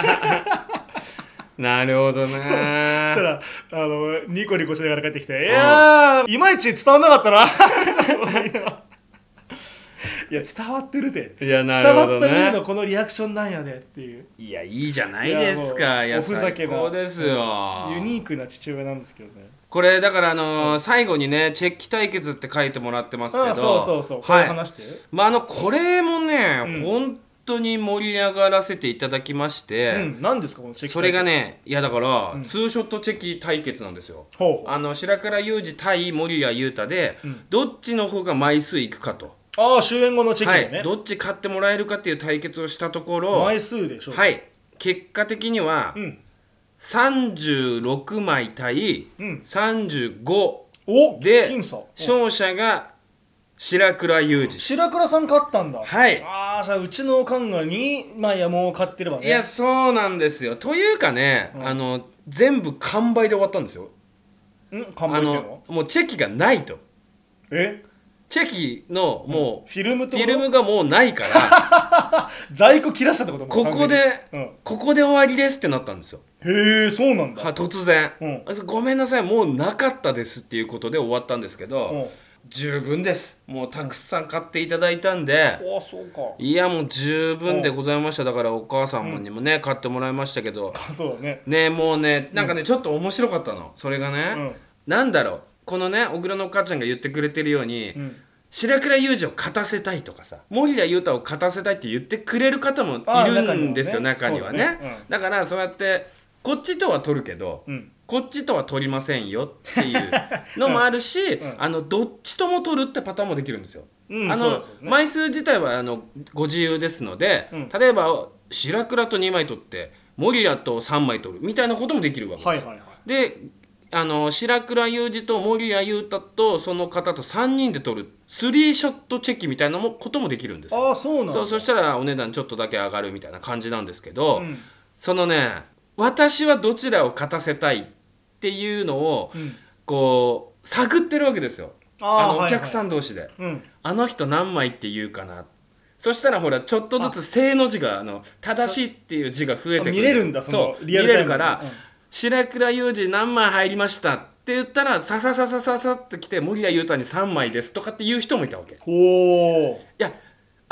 B: なるほどね
A: たらあのニコニコしながら帰ってきて「いやーいまいち伝わんなかったな」 いや伝わってるで
B: いやな
A: 伝
B: る
A: わ
B: ほ
A: っ
B: ど
A: た上の
B: ね
A: このリアクションなんやでっていう
B: いやいいじゃないですかい
A: い
B: や
A: やもうおふざけな
B: 最高ですよ
A: ユニークな父親なんですけどね
B: これだからあのー最後にねチェッキ対決って書いてもらってますけど
A: あそうそうそうこれ
B: はい
A: 話して
B: まああのこれもね、
A: うん
B: 本当に盛り上がらせていただきまして、
A: うん何ですかこのチェキ
B: それが
A: ね
B: ねいやだから、
A: ん
B: ツーショットチェキ対決なんですよ
A: ほう
B: あの白倉裕二対森谷裕太で、
A: うん
B: どっちの方が枚数いくかと、
A: ああ終演後のチェキ
B: は
A: だ
B: い
A: ね
B: どっち勝ってもらえるかっていう対決をしたところ
A: 枚数でしょ
B: はい結果的には
A: うん
B: 36枚対
A: うん
B: 35
A: お
B: で
A: 僅差
B: 勝者が白倉裕二
A: 白倉さん勝ったんだ
B: はい
A: ああじゃあうちのおかんが2枚はもう勝ってればね
B: いやそうなんですよというかね、
A: うん
B: あの全部完売で終わったんですよ
A: うん
B: あ
A: 完売っていう
B: の
A: の
B: もうチェキがないと
A: え
B: チェキのもう、
A: フィルムって
B: フ
A: こ
B: ィル
A: と
B: ムがもうないから
A: 在庫切らしたってこともう
B: ここで
A: 完全に
B: ここで終わりですってなったんですよ
A: うんへえそうなん
B: は
A: だ
B: 突然、
A: うん
B: あごめんなさいもうなかったですっていうことで終わったんですけど、
A: うん
B: 十分ですもうたくさん買っていただいたんで、
A: ああそうか
B: いやもう十分でございましただからお母様にもね、買ってもらいましたけど
A: そうだね
B: ねもうねなんかね、ちょっと面白かったのそれがね、
A: うん
B: なんだろうこのね小倉のお母ちゃんが言ってくれてるように、
A: うん
B: 白倉裕二を勝たせたいとかさ森田裕太を勝たせたいって言ってくれる方もいるんですよ
A: あー
B: 中
A: 中
B: に
A: に
B: は
A: は
B: ね
A: ね
B: だからそうやってこっちとは取るけど、
A: うん
B: こっちとは取りませんよっていうのもあるし、 あのどっちとも取るってパターンもできるんですよ。
A: うん
B: あ
A: そう
B: の
A: ですよね
B: 枚数自体はあのご自由ですので、
A: うん
B: 例えば白倉と2枚取って森谷と3枚取るみたいなこともできるわけですよ。
A: はいはいはい
B: であの白倉裕二と森谷裕太とその方と3人で取るスリーショットチェキみたいなもこともできるんですよ。
A: ああそうなんだ
B: そうそしたらお値段ちょっとだけ上がるみたいな感じなんですけど、
A: うん
B: そのね私はどちらを勝たせたいっていうのを、
A: ん
B: こう探ってるわけですよ
A: あー
B: あの
A: は
B: お
A: いはい
B: 客さん同士で、
A: うん
B: あの人何枚って言うかなそしたらほらちょっとずつ「正」の字があの正しいっていう字が増えてく
A: あ
B: る
A: 見れるんだ
B: そ
A: そうの
B: 見
A: リアルタイム
B: れるから
A: うん
B: 「白倉裕二何枚入りました」って言ったらささささささってきて「森谷裕太に3枚です」とかって言う人もいたわけい
A: おお
B: や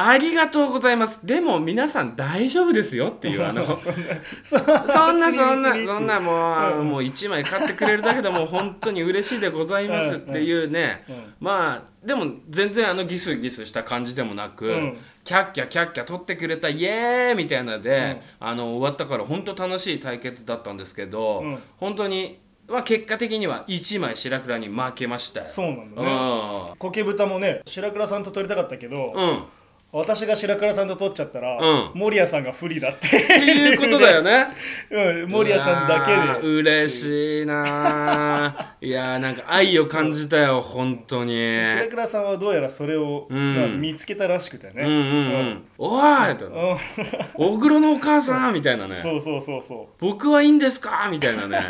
B: ありがとうございますでも皆さん大丈夫ですよっていうあの
A: そ
B: そん
A: ん
B: なそんな
A: 別に
B: そんなもうもう1枚買ってくれるだけ でもう本当に嬉しいでございますっていうね
A: うんうん
B: まあでも全然あのギスギスした感じでもなく
A: うん
B: キャッキャキャッキャ取ってくれたイエーイみたいなのであの終わったから本当楽しい対決だったんですけど
A: うん
B: 本当にまあ結果的には1枚白倉に負けましたよ
A: そうなん
B: う
A: だ
B: ん
A: ね苔豚もね白倉さんと撮りたかったけど、
B: うん
A: 私が白倉さんと撮っちゃったら、
B: うん
A: 森谷さんが不利だっ
B: って いうことだ よね
A: て、うん、森谷さんだけで
B: うわー嬉しいな ーいやーなんか愛を感じたよ本当に
A: 白倉さんはどうやらそれを、
B: ん
A: まあ見つけたらしくてね、
B: うんうんうんおーい
A: う
B: と
A: ん
B: おぐろのお母さんみたいなね
A: そうそうそうそ
B: 僕はいいんですかみたいな ね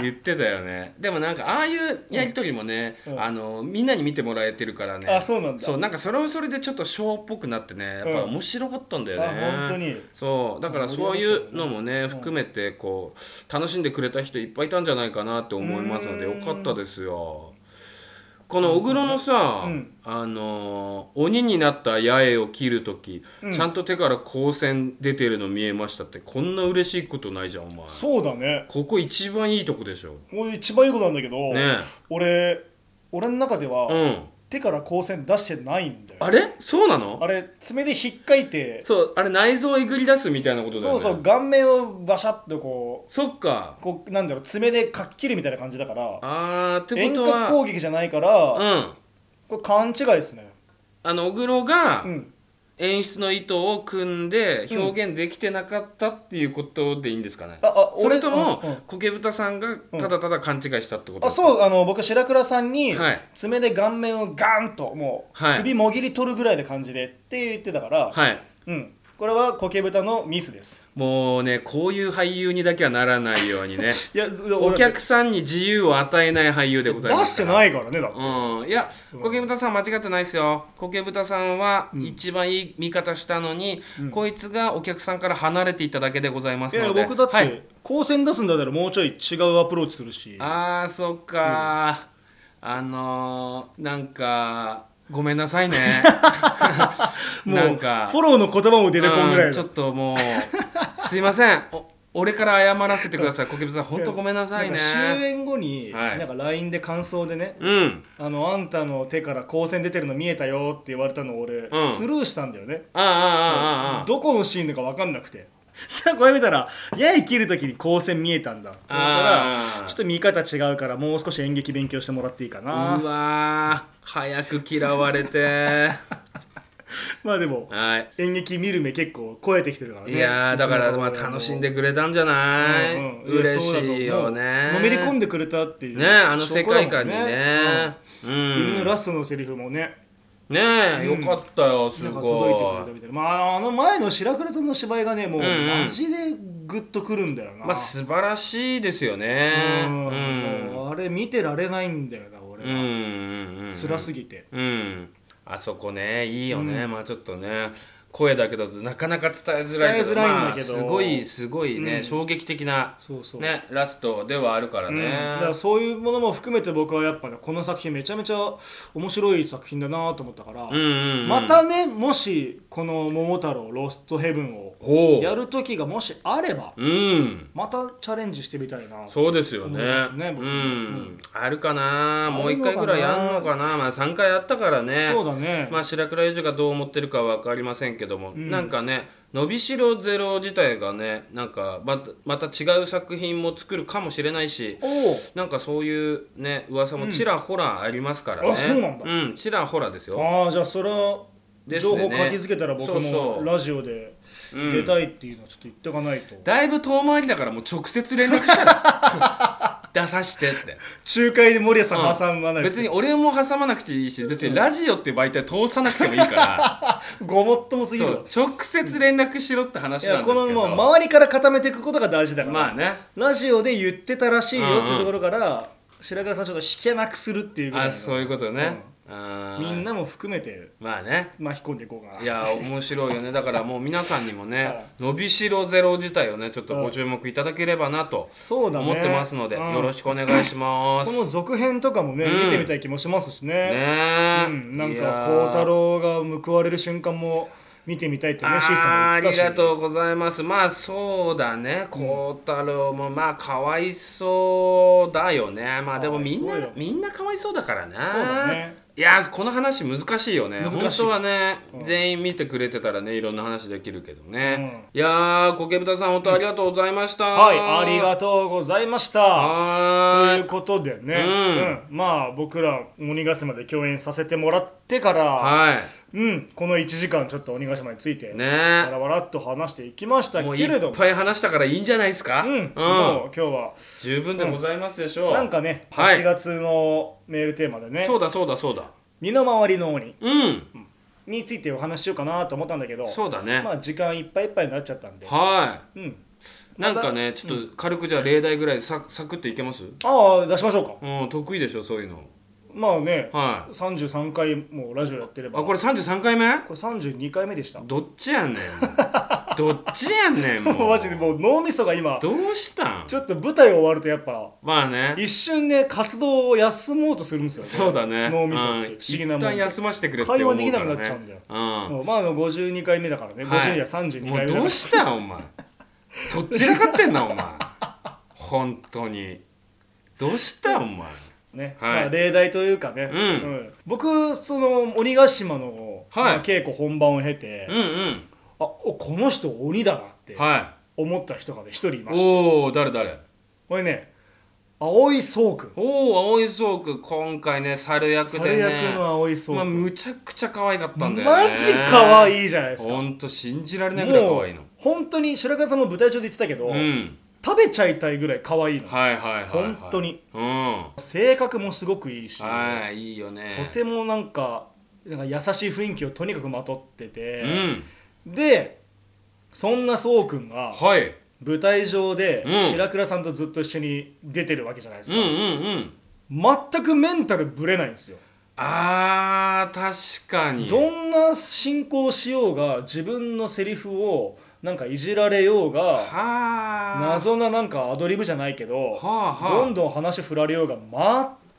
B: 言ってたよねでもなんかああいうやり取りもね、あのみんなに見てもらえてるからね
A: あそうなんだ
B: そうなんかそれはそれでちょっとショーっぽくなってねやっぱ面白かったんだよね、
A: あ本当に
B: そうだからそういうのもね含めてこう楽しんでくれた人いっぱいいたんじゃないかなって思いますのでよかったですよこの小黒のさ、
A: うん
B: あのー鬼になった八重を切る時、
A: うん
B: ちゃんと手から光線出てるの見えましたってこんな嬉しいことないじゃんお前
A: うそうだね
B: ここ一番いいとこでしょ
A: これ一番いいことなんだけど、
B: ね
A: 俺俺の中では、
B: えうん
A: 手から光線出してないんだよ
B: あれそうなの
A: あれ爪で引っかいて
B: そうあれ内臓をえぐり出すみたいなことだよ
A: そう
B: ね
A: そう顔面をバシャッとこ
B: そっか
A: うこうなんだろう爪でかっきりみたいな感じだから
B: あーって
A: 遠
B: こと
A: 隔
B: は
A: 攻撃じゃないから、
B: うん
A: これ勘違いですね
B: あの小黒が、
A: うん
B: 演出の意図を組んで表現できてなかったっていうことでいいんですかね、
A: ああ
B: それとも
A: 俺うんうん
B: 苔豚さんがただただ勘違いしたってこと
A: あ
B: ですか、
A: そうあの僕白倉さんに
B: はい
A: 爪で顔面をガーンともう
B: はい
A: 首もぎり取るぐらいで感じでって言ってたから、
B: はい
A: うん、これは苔豚のミスです
B: もうねこういう俳優にだけはならないよう にね
A: いや
B: お客さんに自由を与えない俳優でございま
A: 出
B: す
A: してないからねだって
B: うん、いや苔豚さん間違ってないですよ苔豚さんは一番いい見方したのに、こいつがお客さんから離れていっただけでございま
A: い
B: す
A: や
B: ので
A: 僕だって、
B: はい、
A: 光線出すんだったらもうちょい違うアプローチするし
B: あーそっかー、あのー、なんかごめんなさいね
A: もう
B: なんか
A: フォローの言葉も出てこんぐら
B: う
A: い
B: んちょ
A: の
B: っともうすいませんお俺から謝らせてください小木さん本当ごめんなさい
A: なん
B: ね
A: か終演後に、
B: はい
A: なんか LINE で感想でね
B: うん
A: あのあんたの手から光線出てるの見えたよって言われたのを俺、
B: ん
A: スルーしたんだよね
B: ああああああ
A: どこのシーンだか分かんなくてしたらこれ見たら「やい切る時に光線見えたんだ」だから
B: あー
A: ちょっと見方違うからもう少し演劇勉強してもらっていいかな
B: うわー早く嫌われて
A: まあでも
B: はい
A: 演劇見る目結構超えてきてるからね
B: いやーだからまあ楽しんでくれたんじゃない、
A: うんうんや
B: 嬉
A: そうだと思う
B: しいよね
A: のめり込んでくれたっていう
B: ねあの世界観に
A: 証拠だもん
B: ねう
A: うん
B: ん、
A: ラストのセリフもね
B: ねえ、よかったよす
A: なんか
B: ご
A: 届
B: い
A: いてくれたみたいなまああの前の白倉さんの芝居がねもう
B: うんうん
A: マジでグッとくるんだよな
B: まあ素晴らしいですよ
A: う
B: ねうん
A: ん
B: うん
A: もうあれ見てられないんだよな俺
B: うん
A: は
B: うん
A: 辛すぎて
B: うんあそこねいいよね、まあちょっとね声だけだとなかなか伝えづらいけど
A: 伝えづらいんだけど
B: まあすごいすごいね、衝撃的な
A: そうそう
B: ねラストではあるから
A: うんだから
B: ね、
A: そういうものも含めて僕はやっぱねこの作品めちゃめちゃ面白い作品だなと思ったから
B: うん、うんうん
A: またねもしこの「桃太郎ロストヘブン」を
B: ほ
A: や
B: う
A: る時がもしあれば
B: うん
A: またチャレンジしてみたいな
B: そうですよね
A: そうですね
B: う
A: 僕
B: ん、
A: うん
B: あるかなもう一
A: あ
B: 回
A: るのか
B: ぐ
A: な
B: らいやんのかなまあ3回やったからね
A: そうだね、
B: まあ、白倉裕二がどう思ってるかは分かりませんけども、なんかね「伸びしろゼロ」自体がねなんかまたまた違う作品も作るかもしれないし
A: おう
B: なんかそういうね噂もちらほらありますからね、
A: あそうなんだ
B: うんちらほらですよ
A: ああじゃあそれは
B: です
A: 情
B: ね
A: 報書きづけたら僕
B: そうそ
A: も
B: う
A: ラジオで
B: うん
A: 出たいっていうのはちょっと言っておかないと、
B: だいぶ遠回りだからもう直接連絡したら 出さしてって
A: 仲介で森谷さん挟まない、
B: 別に俺も挟まなくていいし別にラジオっていう媒体通さなくてもい いから
A: ごもっともすぎ
B: そ
A: るわ
B: う直接連絡しろって話
A: い
B: な
A: や
B: んです
A: こ
B: け
A: のもう
B: ど
A: 周りから固めていくことが大事だから、
B: まあね
A: ラジオで言ってたらしいよ
B: うん
A: っ
B: うん
A: てところから、白倉さんちょっと引けなくするっていうぐらい
B: あ
A: の
B: そういうことね、あー
A: みんなも含めて
B: まあね
A: 巻き込んでいこうかない
B: や面白いよねだからもう皆さんに も
A: はい
B: ね「伸びしろゼロ」自体をねちょっとご注目いただければなと
A: そうだね
B: 思ってますので、
A: うん
B: よろしくお願いします。
A: この続編とかもね、
B: うん
A: 見てみたい気もしますしね
B: ねえ、
A: うん、なん
B: い
A: か
B: や
A: 孝
B: ー
A: 太郎が報われる瞬間も見てみたいって
B: あ
A: ねシーさん
B: ー
A: も
B: あ
A: 言って
B: り
A: たし
B: がとうございますまあそうだね孝太郎もまあかわいそうだよねまあでもみん
A: かわい
B: な
A: そうよ
B: みんなかわいそうだからね
A: そうだね
B: いやーこの話難しいよね
A: 難しい
B: 本当はね、全員見てくれてたらねいろんな話できるけどね、いやーコケブタさん本当ありがとうございました、
A: はいありがとうございましたと
B: はーい
A: いうことでね、
B: うん
A: うんまあ僕ら鬼ヶ島で共演させてもらってから、
B: は
A: うん、この1時間ちょっと鬼ヶ島について
B: い
A: わ
B: ね
A: らわらっと話していきました
B: もう
A: け
B: い
A: れ
B: っ
A: ども
B: ぱい話したからいいんじゃないですか、
A: うん、もう今日は
B: 十分でございますでしょう、
A: なんかね、
B: はい
A: 8月のメールテーマでね
B: そうだそうだそうだ
A: 身の回りの鬼
B: うん
A: についてお話ししようかなと思ったんだけど
B: そうだね、
A: まあ時間いっぱいいっぱいになっちゃったんで、
B: は
A: うん、
B: いなんかねちょっと軽くじゃあ例題ぐらいササクッといけます
A: ああ出しましょうか
B: うん得意でしょそういうの
A: まあね
B: は
A: 33回もラジオやってれ
B: いあ
A: ば
B: これ33回目
A: これ32回目でした
B: どっ ちやねんどっちやねんもう
A: マジでもう脳みそが今
B: どうしたん
A: ちょっと舞台終わるとやっぱ
B: まあね
A: 一瞬ね活動を休もうとするんですよね
B: そうだね
A: 脳みそって
B: うん
A: 不思議なもんで
B: 一旦休ませてくれって思うから、ね、
A: 会話できなくなっちゃうんだよ
B: うん
A: うんまああの52回目だからね、
B: はい
A: 52や32
B: も
A: 回目だか
B: うど
A: ら
B: うしたんお前どっちらかってんなお前本当にどうしたんお前
A: ね、
B: はい
A: まあ、例題というかね、
B: うん
A: 僕その鬼ヶ島の、
B: はい
A: まあ稽古本番を経て、
B: うんうん
A: あおこの人鬼だなって
B: は
A: 思った人がね一人い
B: い
A: ました
B: おお誰誰
A: これね蒼井壮君
B: おお蒼井壮君今回ね猿役でね
A: 猿役の蒼井壮
B: まあ、
A: 君、
B: むちゃくちゃ可愛かったんだよ
A: マ
B: ね
A: ジ可
B: い
A: 愛いじゃないですか
B: ほんと信じられないぐらい可愛いの
A: もう本当に白川さんも舞台上で言ってたけど、
B: うん
A: 食べちゃいたいぐらい可愛いの、
B: はいはいはい、はい、
A: 本当に
B: うんは
A: 性格もすごくいいし、
B: いいいよね
A: とてもなんかなんか優しい雰囲気をとにかくまとって
B: う
A: て、
B: ん
A: でそんなそうくんが
B: はい
A: 舞台上で
B: うん
A: 白倉さんとずっと一緒に出てるわけじゃないです
B: うん
A: か、
B: うんうん
A: 全くメンタルぶれないんですよ
B: あー確かに
A: どんな進行しようが自分のセリフをなんかいじられようが
B: はあ
A: 謎ななんかアドリブじゃないけど
B: はあはあ
A: どんどん話振られようが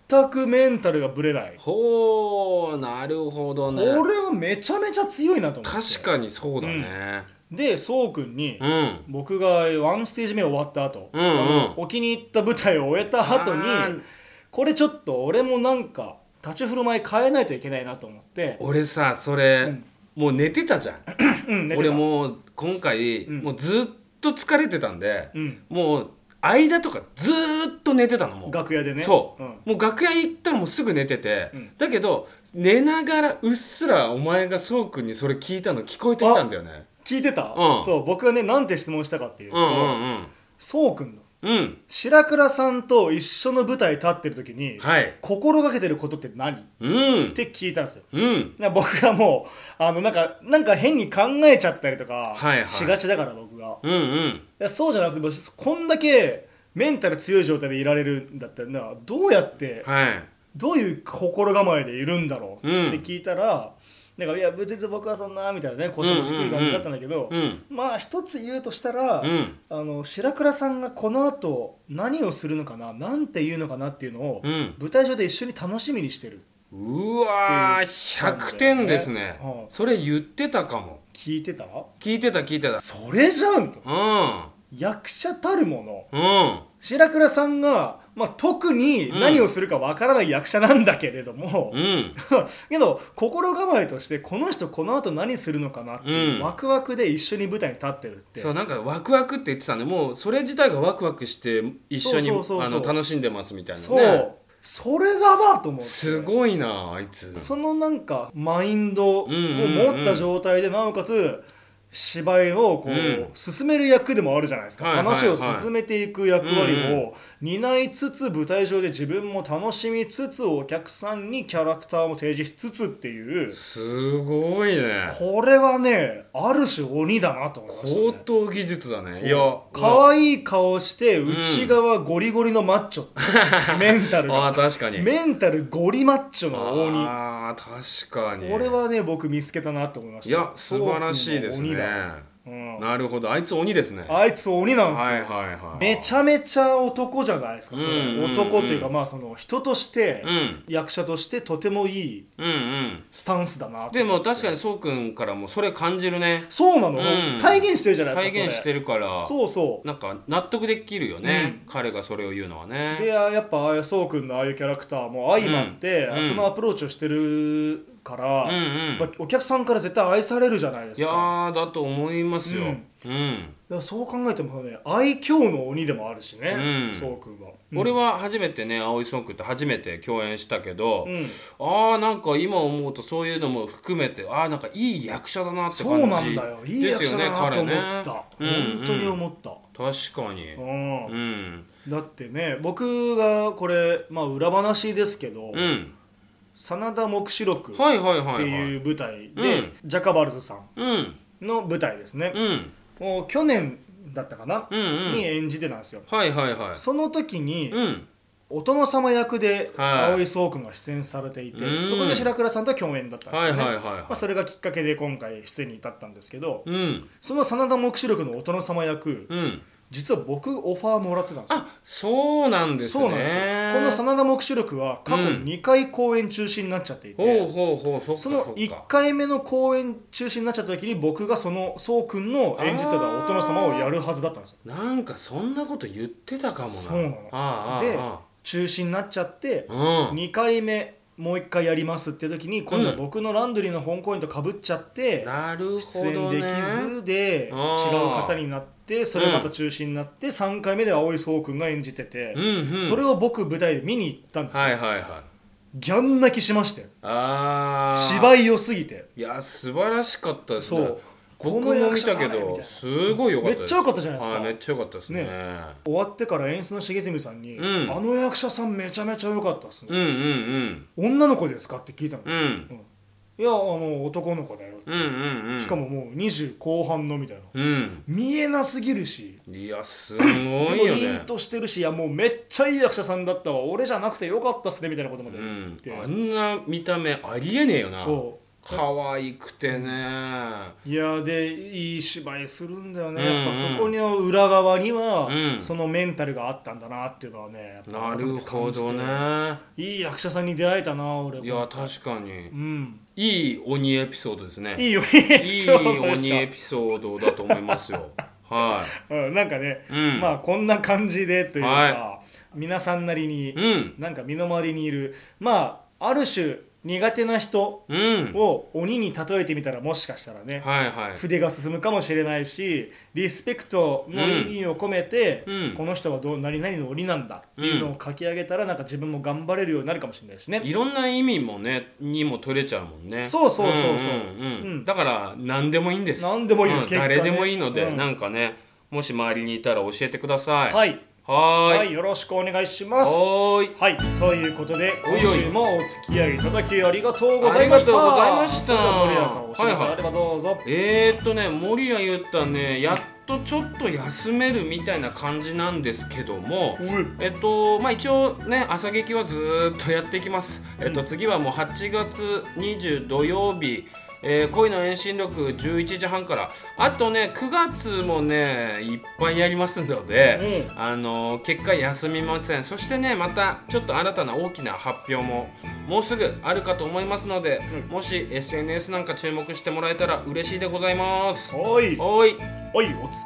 A: 全くメンタルがぶれない
B: ほうなるほど
A: こ
B: ね
A: れはめちゃめちゃ強いなと思って
B: 確かにそうだね
A: でそうくんに
B: うん、
A: 僕がワンステージ目終わった後、
B: うんうん
A: あのお気に入った舞台を終えた後に
B: あー
A: これちょっと俺もなんか立ち振る舞い変えないといけないなと思って、
B: 俺さそれ、もう寝てたじゃん
A: うん、寝てた
B: 俺もう今回、もうずっと疲れてたんで、
A: うん
B: もう間とかずーっと寝てたのもう、
A: 楽屋でね
B: そう、
A: ん
B: もう楽屋行ったらもうすぐ寝てて、
A: ん
B: だけど寝ながらうっすらお前がそうくんにそれ聞いたの聞こえてきたんだよね
A: 聞いてた、
B: うん
A: そう僕がねなんて質問したかっていう
B: う
A: と、
B: んうんうん
A: そうくんの
B: うん
A: 白倉さんと一緒の舞台立ってる時に、
B: はい
A: 心がけてることって何っ
B: うん
A: て聞いたんですよ
B: うん
A: な僕がもうあのなんかなんか変に考えちゃったりとか
B: はいはい
A: しがちだから僕が、
B: うんうん
A: いやそうじゃなくてこんだけメンタル強い状態でいられるんだったらなどうやって
B: はい
A: どういう心構えでいるんだろう
B: うん
A: って聞いたら、なんかいや別に僕はそんなみたいなね腰の低い感じだったんだけど、
B: うん
A: まあ一つ言うとしたら、
B: うん
A: あの白倉さんがこの後何をするのかななんて言うのかなっていうのを、
B: うん
A: 舞台上で一緒に楽しみにしてる
B: うわー100点ですね、
A: うん
B: それ言ってたかも
A: 聞いてた
B: 聞いてた聞いてた
A: それじゃんと
B: うん
A: 役者たるもの
B: うん
A: 白倉さんが、まあ、特に何をするかわからない役者なんだけれども、
B: うん
A: けど心構えとしてこの人この後何するのかなっていう、
B: うん
A: ワクワクで一緒に舞台に立ってるって
B: そうなんかワクワクって言ってたんでもうそれ自体がワクワクして一緒に
A: そうそうそうそう
B: あの楽しんでますみたいなね
A: そうそれだわと思って
B: すごいなあいつ
A: そのなんかマインドを持った状態でなおかつ芝居をこう、
B: うん
A: 進める役でもあるじゃないですか、
B: はいはいはい
A: 話を進めていく役割
B: うん
A: を担いつつ舞台上で自分も楽しみつつお客さんにキャラクターも提示しつつっていう
B: すごいね
A: これはねある種鬼だなと思いました、ね
B: 高、等技術だねいや
A: 可愛い顔して内側ゴリゴリのマッチョ、 メンタル
B: ああ
A: が
B: 確かに
A: メンタルゴリマッチョの鬼
B: ああ確かに
A: これはね僕見つけたなと思いました
B: いや素晴らしいですね
A: 鬼だうん
B: なるほどあいつ鬼ですねは
A: あいつ鬼なん
B: い
A: ですよ、
B: はいはい
A: めちゃめちゃ男じゃないですか、その
B: うんうんうん
A: 男というかまあその人として、
B: うん
A: 役者としてとてもいい
B: うんうん
A: スタンスだなと
B: でも確かにそうくんからもそれ感じるね
A: そうなの、
B: うん
A: 体現してるじゃないで
B: 体
A: すか
B: 現してるから
A: それそうそう
B: なんか納得できるよね、彼がそれを言うのは
A: で
B: ね
A: ややっぱああいうそうくんのああいうキャラクターも相まって、
B: うんうん
A: そのアプローチをしてるから、
B: うんう
A: や
B: ん
A: っぱお客さんから絶対愛されるじゃないで
B: い
A: す
B: や
A: か
B: ーだと思いますよ、
A: う
B: うんん
A: だからそう考えてもね愛嬌の鬼でもあるしね、
B: うん
A: そうくんは、
B: 俺は初めてね葵ソンクって初めて共演したけど、
A: うん
B: あーなんか今思うとそういうのも含めてあーなんかいい役者だなって
A: そうな
B: 感
A: ん
B: じ
A: だよいい役者だなと思った、
B: 彼ね
A: 本当に思った、
B: 確かに
A: うん
B: うん
A: だってね僕がこれ、まあ、裏話ですけど「
B: うん
A: 真田黙示録」っ
B: はいはいはいは
A: て
B: い
A: いう舞台で、
B: うん
A: ジャカバルズさん
B: うんうん
A: の舞台ですね、
B: うん
A: もう去年だったかな、
B: うん
A: に演じてたんですよ
B: はいはいは
A: その時に、
B: いうん
A: お殿様役で
B: はい
A: 蒼井壮君が出演されていて、
B: うん
A: そこで白倉さんとは共演だったんです
B: はい
A: よ
B: は
A: ね、
B: いはい
A: まあ、
B: は
A: それがきっかけで今回出演に至ったんですけど
B: いうん
A: その真田黙示録のお殿様役
B: うん
A: 実は僕オファーもらってたんですよ
B: あそうなんですね
A: そうなんですよこの真田黙示録は過去
B: うん
A: 2回公演中止になっちゃっていて、
B: ほうほうほうそっか
A: そ
B: そっ
A: の
B: か
A: 1回目の公演中止になっちゃった時に僕がそのそうくんの演じてたお殿様をやるはずだったんですよ
B: なんかそんなこと言ってたかもな
A: そうなの
B: ああ
A: で
B: あ
A: 中止になっちゃって
B: あうん
A: 2回目もう1回やりますって時に今度は僕のランドリーの本公演とかぶっちゃって
B: なる
A: 出
B: ほ
A: 演
B: ど
A: で
B: ね
A: きずで違う
B: あー
A: 方になってそれまた中止になって3回目で蒼井壮くんが演じてて
B: うんうん
A: それを僕舞台で見に行ったんですよ
B: はいはいはい
A: ギャン泣きしましたよ
B: ああ
A: 芝居良すぎて
B: いや素晴らしかったですね
A: そう
B: 僕
A: この
B: も
A: 役
B: 見
A: 者
B: た
A: だね
B: け
A: み
B: ど
A: たいな
B: すごい良か
A: め
B: った
A: っ
B: で
A: ち
B: す
A: ゃ良かったじゃないですか、
B: はいめっちゃ良かったですね
A: 終わってから演出の重積さんに、
B: うん
A: あの役者さんめちゃめちゃ良かったです
B: う
A: ね、
B: んうん
A: 女の子ですか?」って聞いたの、
B: うんうん
A: いやあの男の子だよ、
B: うんうんうん
A: しかももう20後半のみたいな
B: うん
A: 見えなすぎるし
B: いやすごい
A: で
B: よ
A: も凛
B: ね
A: としてるしいやもうめっちゃいい役者さんだったわ俺じゃなくて良かったっすねみたいなことまで
B: う
A: 言っ
B: ん
A: て、
B: あんな見た目ありえねえよな
A: そ
B: 可愛くてね
A: ういやでいい芝居するんだよね、やっぱ
B: うんうん
A: そこの裏側には、
B: うん
A: そのメンタルがあったんだなっていうのはねやっぱ
B: なるほど
A: 改めて感
B: ね
A: じていい役者さんに出会えたな俺も
B: いや確かに
A: うん
B: いい鬼エピソードです
A: い
B: ね
A: いよ
B: い
A: ね。
B: い
A: そうですか
B: 鬼エピソードだと思いま すよは
A: うん、なんかね、
B: いうん
A: まあこんな感じでというか、
B: は
A: 皆さんなりに、
B: うん
A: なんか身の回りにいる、まあある種苦手な人
B: うん
A: を鬼に例えてみたらもしかしたらね、
B: はいはい
A: 筆が進むかもしれないし、リスペクトの意味を込めて、
B: うん
A: この人はどう何々の鬼なんだっていうのを書き上げたら、なんか自分も頑張れるようになるかもしれないしね。
B: いろんな意味もねにも取れちゃうもんね
A: そうそうそうそうん
B: んうん
A: うん
B: だから何でもいいんです
A: 何でもいいです
B: うん
A: 結果ね
B: 誰でもいいので、
A: うん
B: なんかねもし周りにいたら教えてください
A: はい、
B: は
A: は
B: ーい
A: い、よろしくお願いします。
B: はーい
A: はい、ということで
B: お
A: 今
B: いおい
A: 週もお付き合いいただきありがとうございました。
B: ありがとうございまし
A: それ
B: た
A: では森永さんお知らせ
B: はいはい
A: あればどうぞ。
B: えー、っとね森谷ゆったねやっとちょっと休めるみたいな感じなんですけども、
A: おい
B: えっとまあ、一応ね朝劇はずーっとやっていきます、えっと、次はもう8月20土曜日、えー恋の遠心力11時半からあとね9月もねいっぱいやりますので、あのー結果休みませんそしてねまたちょっと新たな大きな発表ももうすぐあるかと思いますので、もし SNS なんか注目してもらえたら嬉しいでございます
A: はい、は
B: はい
A: い、お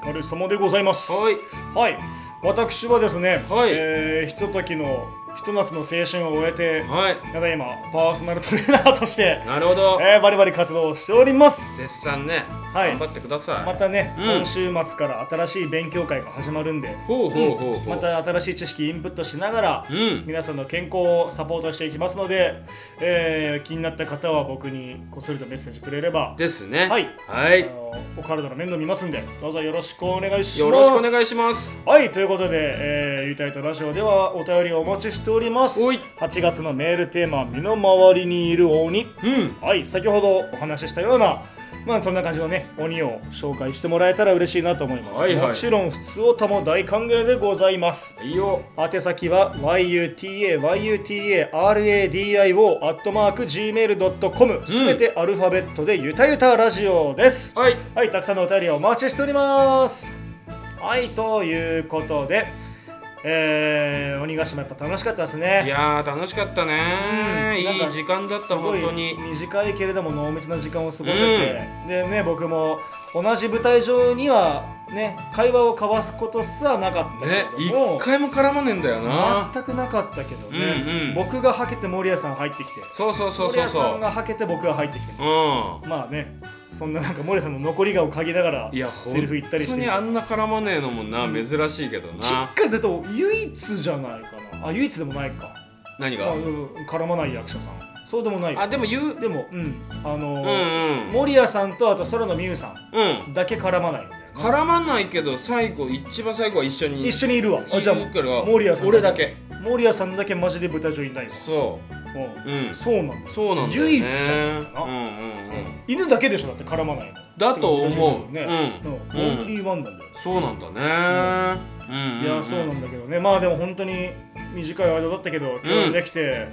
A: 疲れ様でございます。
B: はい
A: はい、私はですね、
B: はい
A: えーひとときのひと夏の青春を終えて、
B: はい
A: ただいまパーソナルトレーナーとして、
B: なるほど
A: えーバリバリ活動をしております
B: 絶賛ね、
A: はい
B: 頑張ってください
A: またね、
B: うん
A: 今週末から新しい勉強会が始まるんで
B: ほうほうほうほう
A: また新しい知識インプットしながら、
B: うん
A: 皆さんの健康をサポートしていきますので、えー気になった方は僕にこっそりとメッセージくれれば、
B: ですね
A: はい
B: はい
A: あのお体の面倒見ますんでどうぞよろしくお願いします
B: よろしくお願いします
A: はいということで、えー、ゆうたいとラジオではお便りをお待ちしております
B: おい
A: 8月のメールテーマは身の回りにいる鬼
B: うん
A: はい先ほどお話ししたようなまあそんな感じのね鬼を紹介してもらえたら嬉しいなと思います、
B: はいはい
A: もちろん普通おたも大歓迎でございます
B: いいよ
A: 宛先は yutayutaradio.gmail.com すべてアルファベットでゆたゆたラジオです
B: はい
A: はい、たくさんのお便りをお待ちしております。はい、ということで、えー、鬼ヶ島やっぱ楽しかったです
B: い
A: ね。
B: やー楽しかったね、
A: うんなん
B: い
A: か
B: い時間だっ
A: す
B: た
A: ご
B: 本
A: い
B: 当に
A: 短いけれども濃密な時間を過ごせて、でね僕も同じ舞台上にはね会話を交わすことすらなかったけれ
B: ね一
A: ども、
B: 回も絡まねえんだよな
A: 全くなかったけどね、
B: うんうん
A: 僕がはけて守屋さん入ってきて
B: そうそうそう
A: 守
B: そう
A: 屋
B: そ
A: さん
B: う
A: がはけて僕が入ってきて
B: うん
A: まあねそんななんか守屋さんの残り顔を嗅ぎながら
B: いや
A: セリフ言ったりして
B: 本当にあんな絡まねえのもな、珍しいけど
A: し
B: な
A: っかり出た唯一じゃないかなあ唯一でもないか
B: 何
A: あ
B: が
A: うん絡まない役者さんそうでもない
B: あでも言う
A: でもうんあ
B: う
A: の
B: ん
A: ー
B: うん
A: 守屋さんとあと空野美優さ
B: うん
A: んだけ絡まないんだよね
B: 絡まないけど最後一番最後は一緒に
A: 一緒にいるわあじゃあ
B: いるから
A: 守屋さん
B: 俺だけ
A: 守屋さんだけマジで舞台上いないわ
B: そ
A: うん
B: ううん
A: そうなんだ
B: そうなんだよね
A: 唯一じゃないかな
B: うんうんうん
A: 犬だけでしょだって絡まないの
B: だと思う
A: ね
B: うん
A: うん
B: うん
A: オンリーワンなんだよ
B: そうなんだねうん
A: いやそうなんだけどねまあでも本当に短い間だったけど共演できて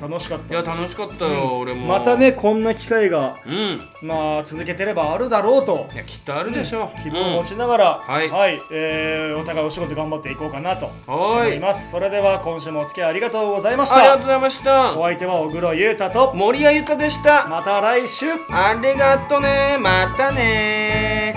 A: 楽しかっ
B: いや
A: た
B: 楽しかったよ俺も
A: またねこんな機会が
B: うん
A: まあ続けてればあるだろうと
B: いやきっとあるでしょ
A: 希望を持ちながら、
B: うんはい
A: えーお互いお仕事頑張っていこうかなと
B: うん
A: 思
B: はー
A: い
B: い
A: ますそれでは今週もお付き合いありがとうございまし
B: ありがとう
A: た
B: ございました
A: お相手は小黒裕太と
B: 森谷ゆかでした
A: また来週
B: ありがとねまたね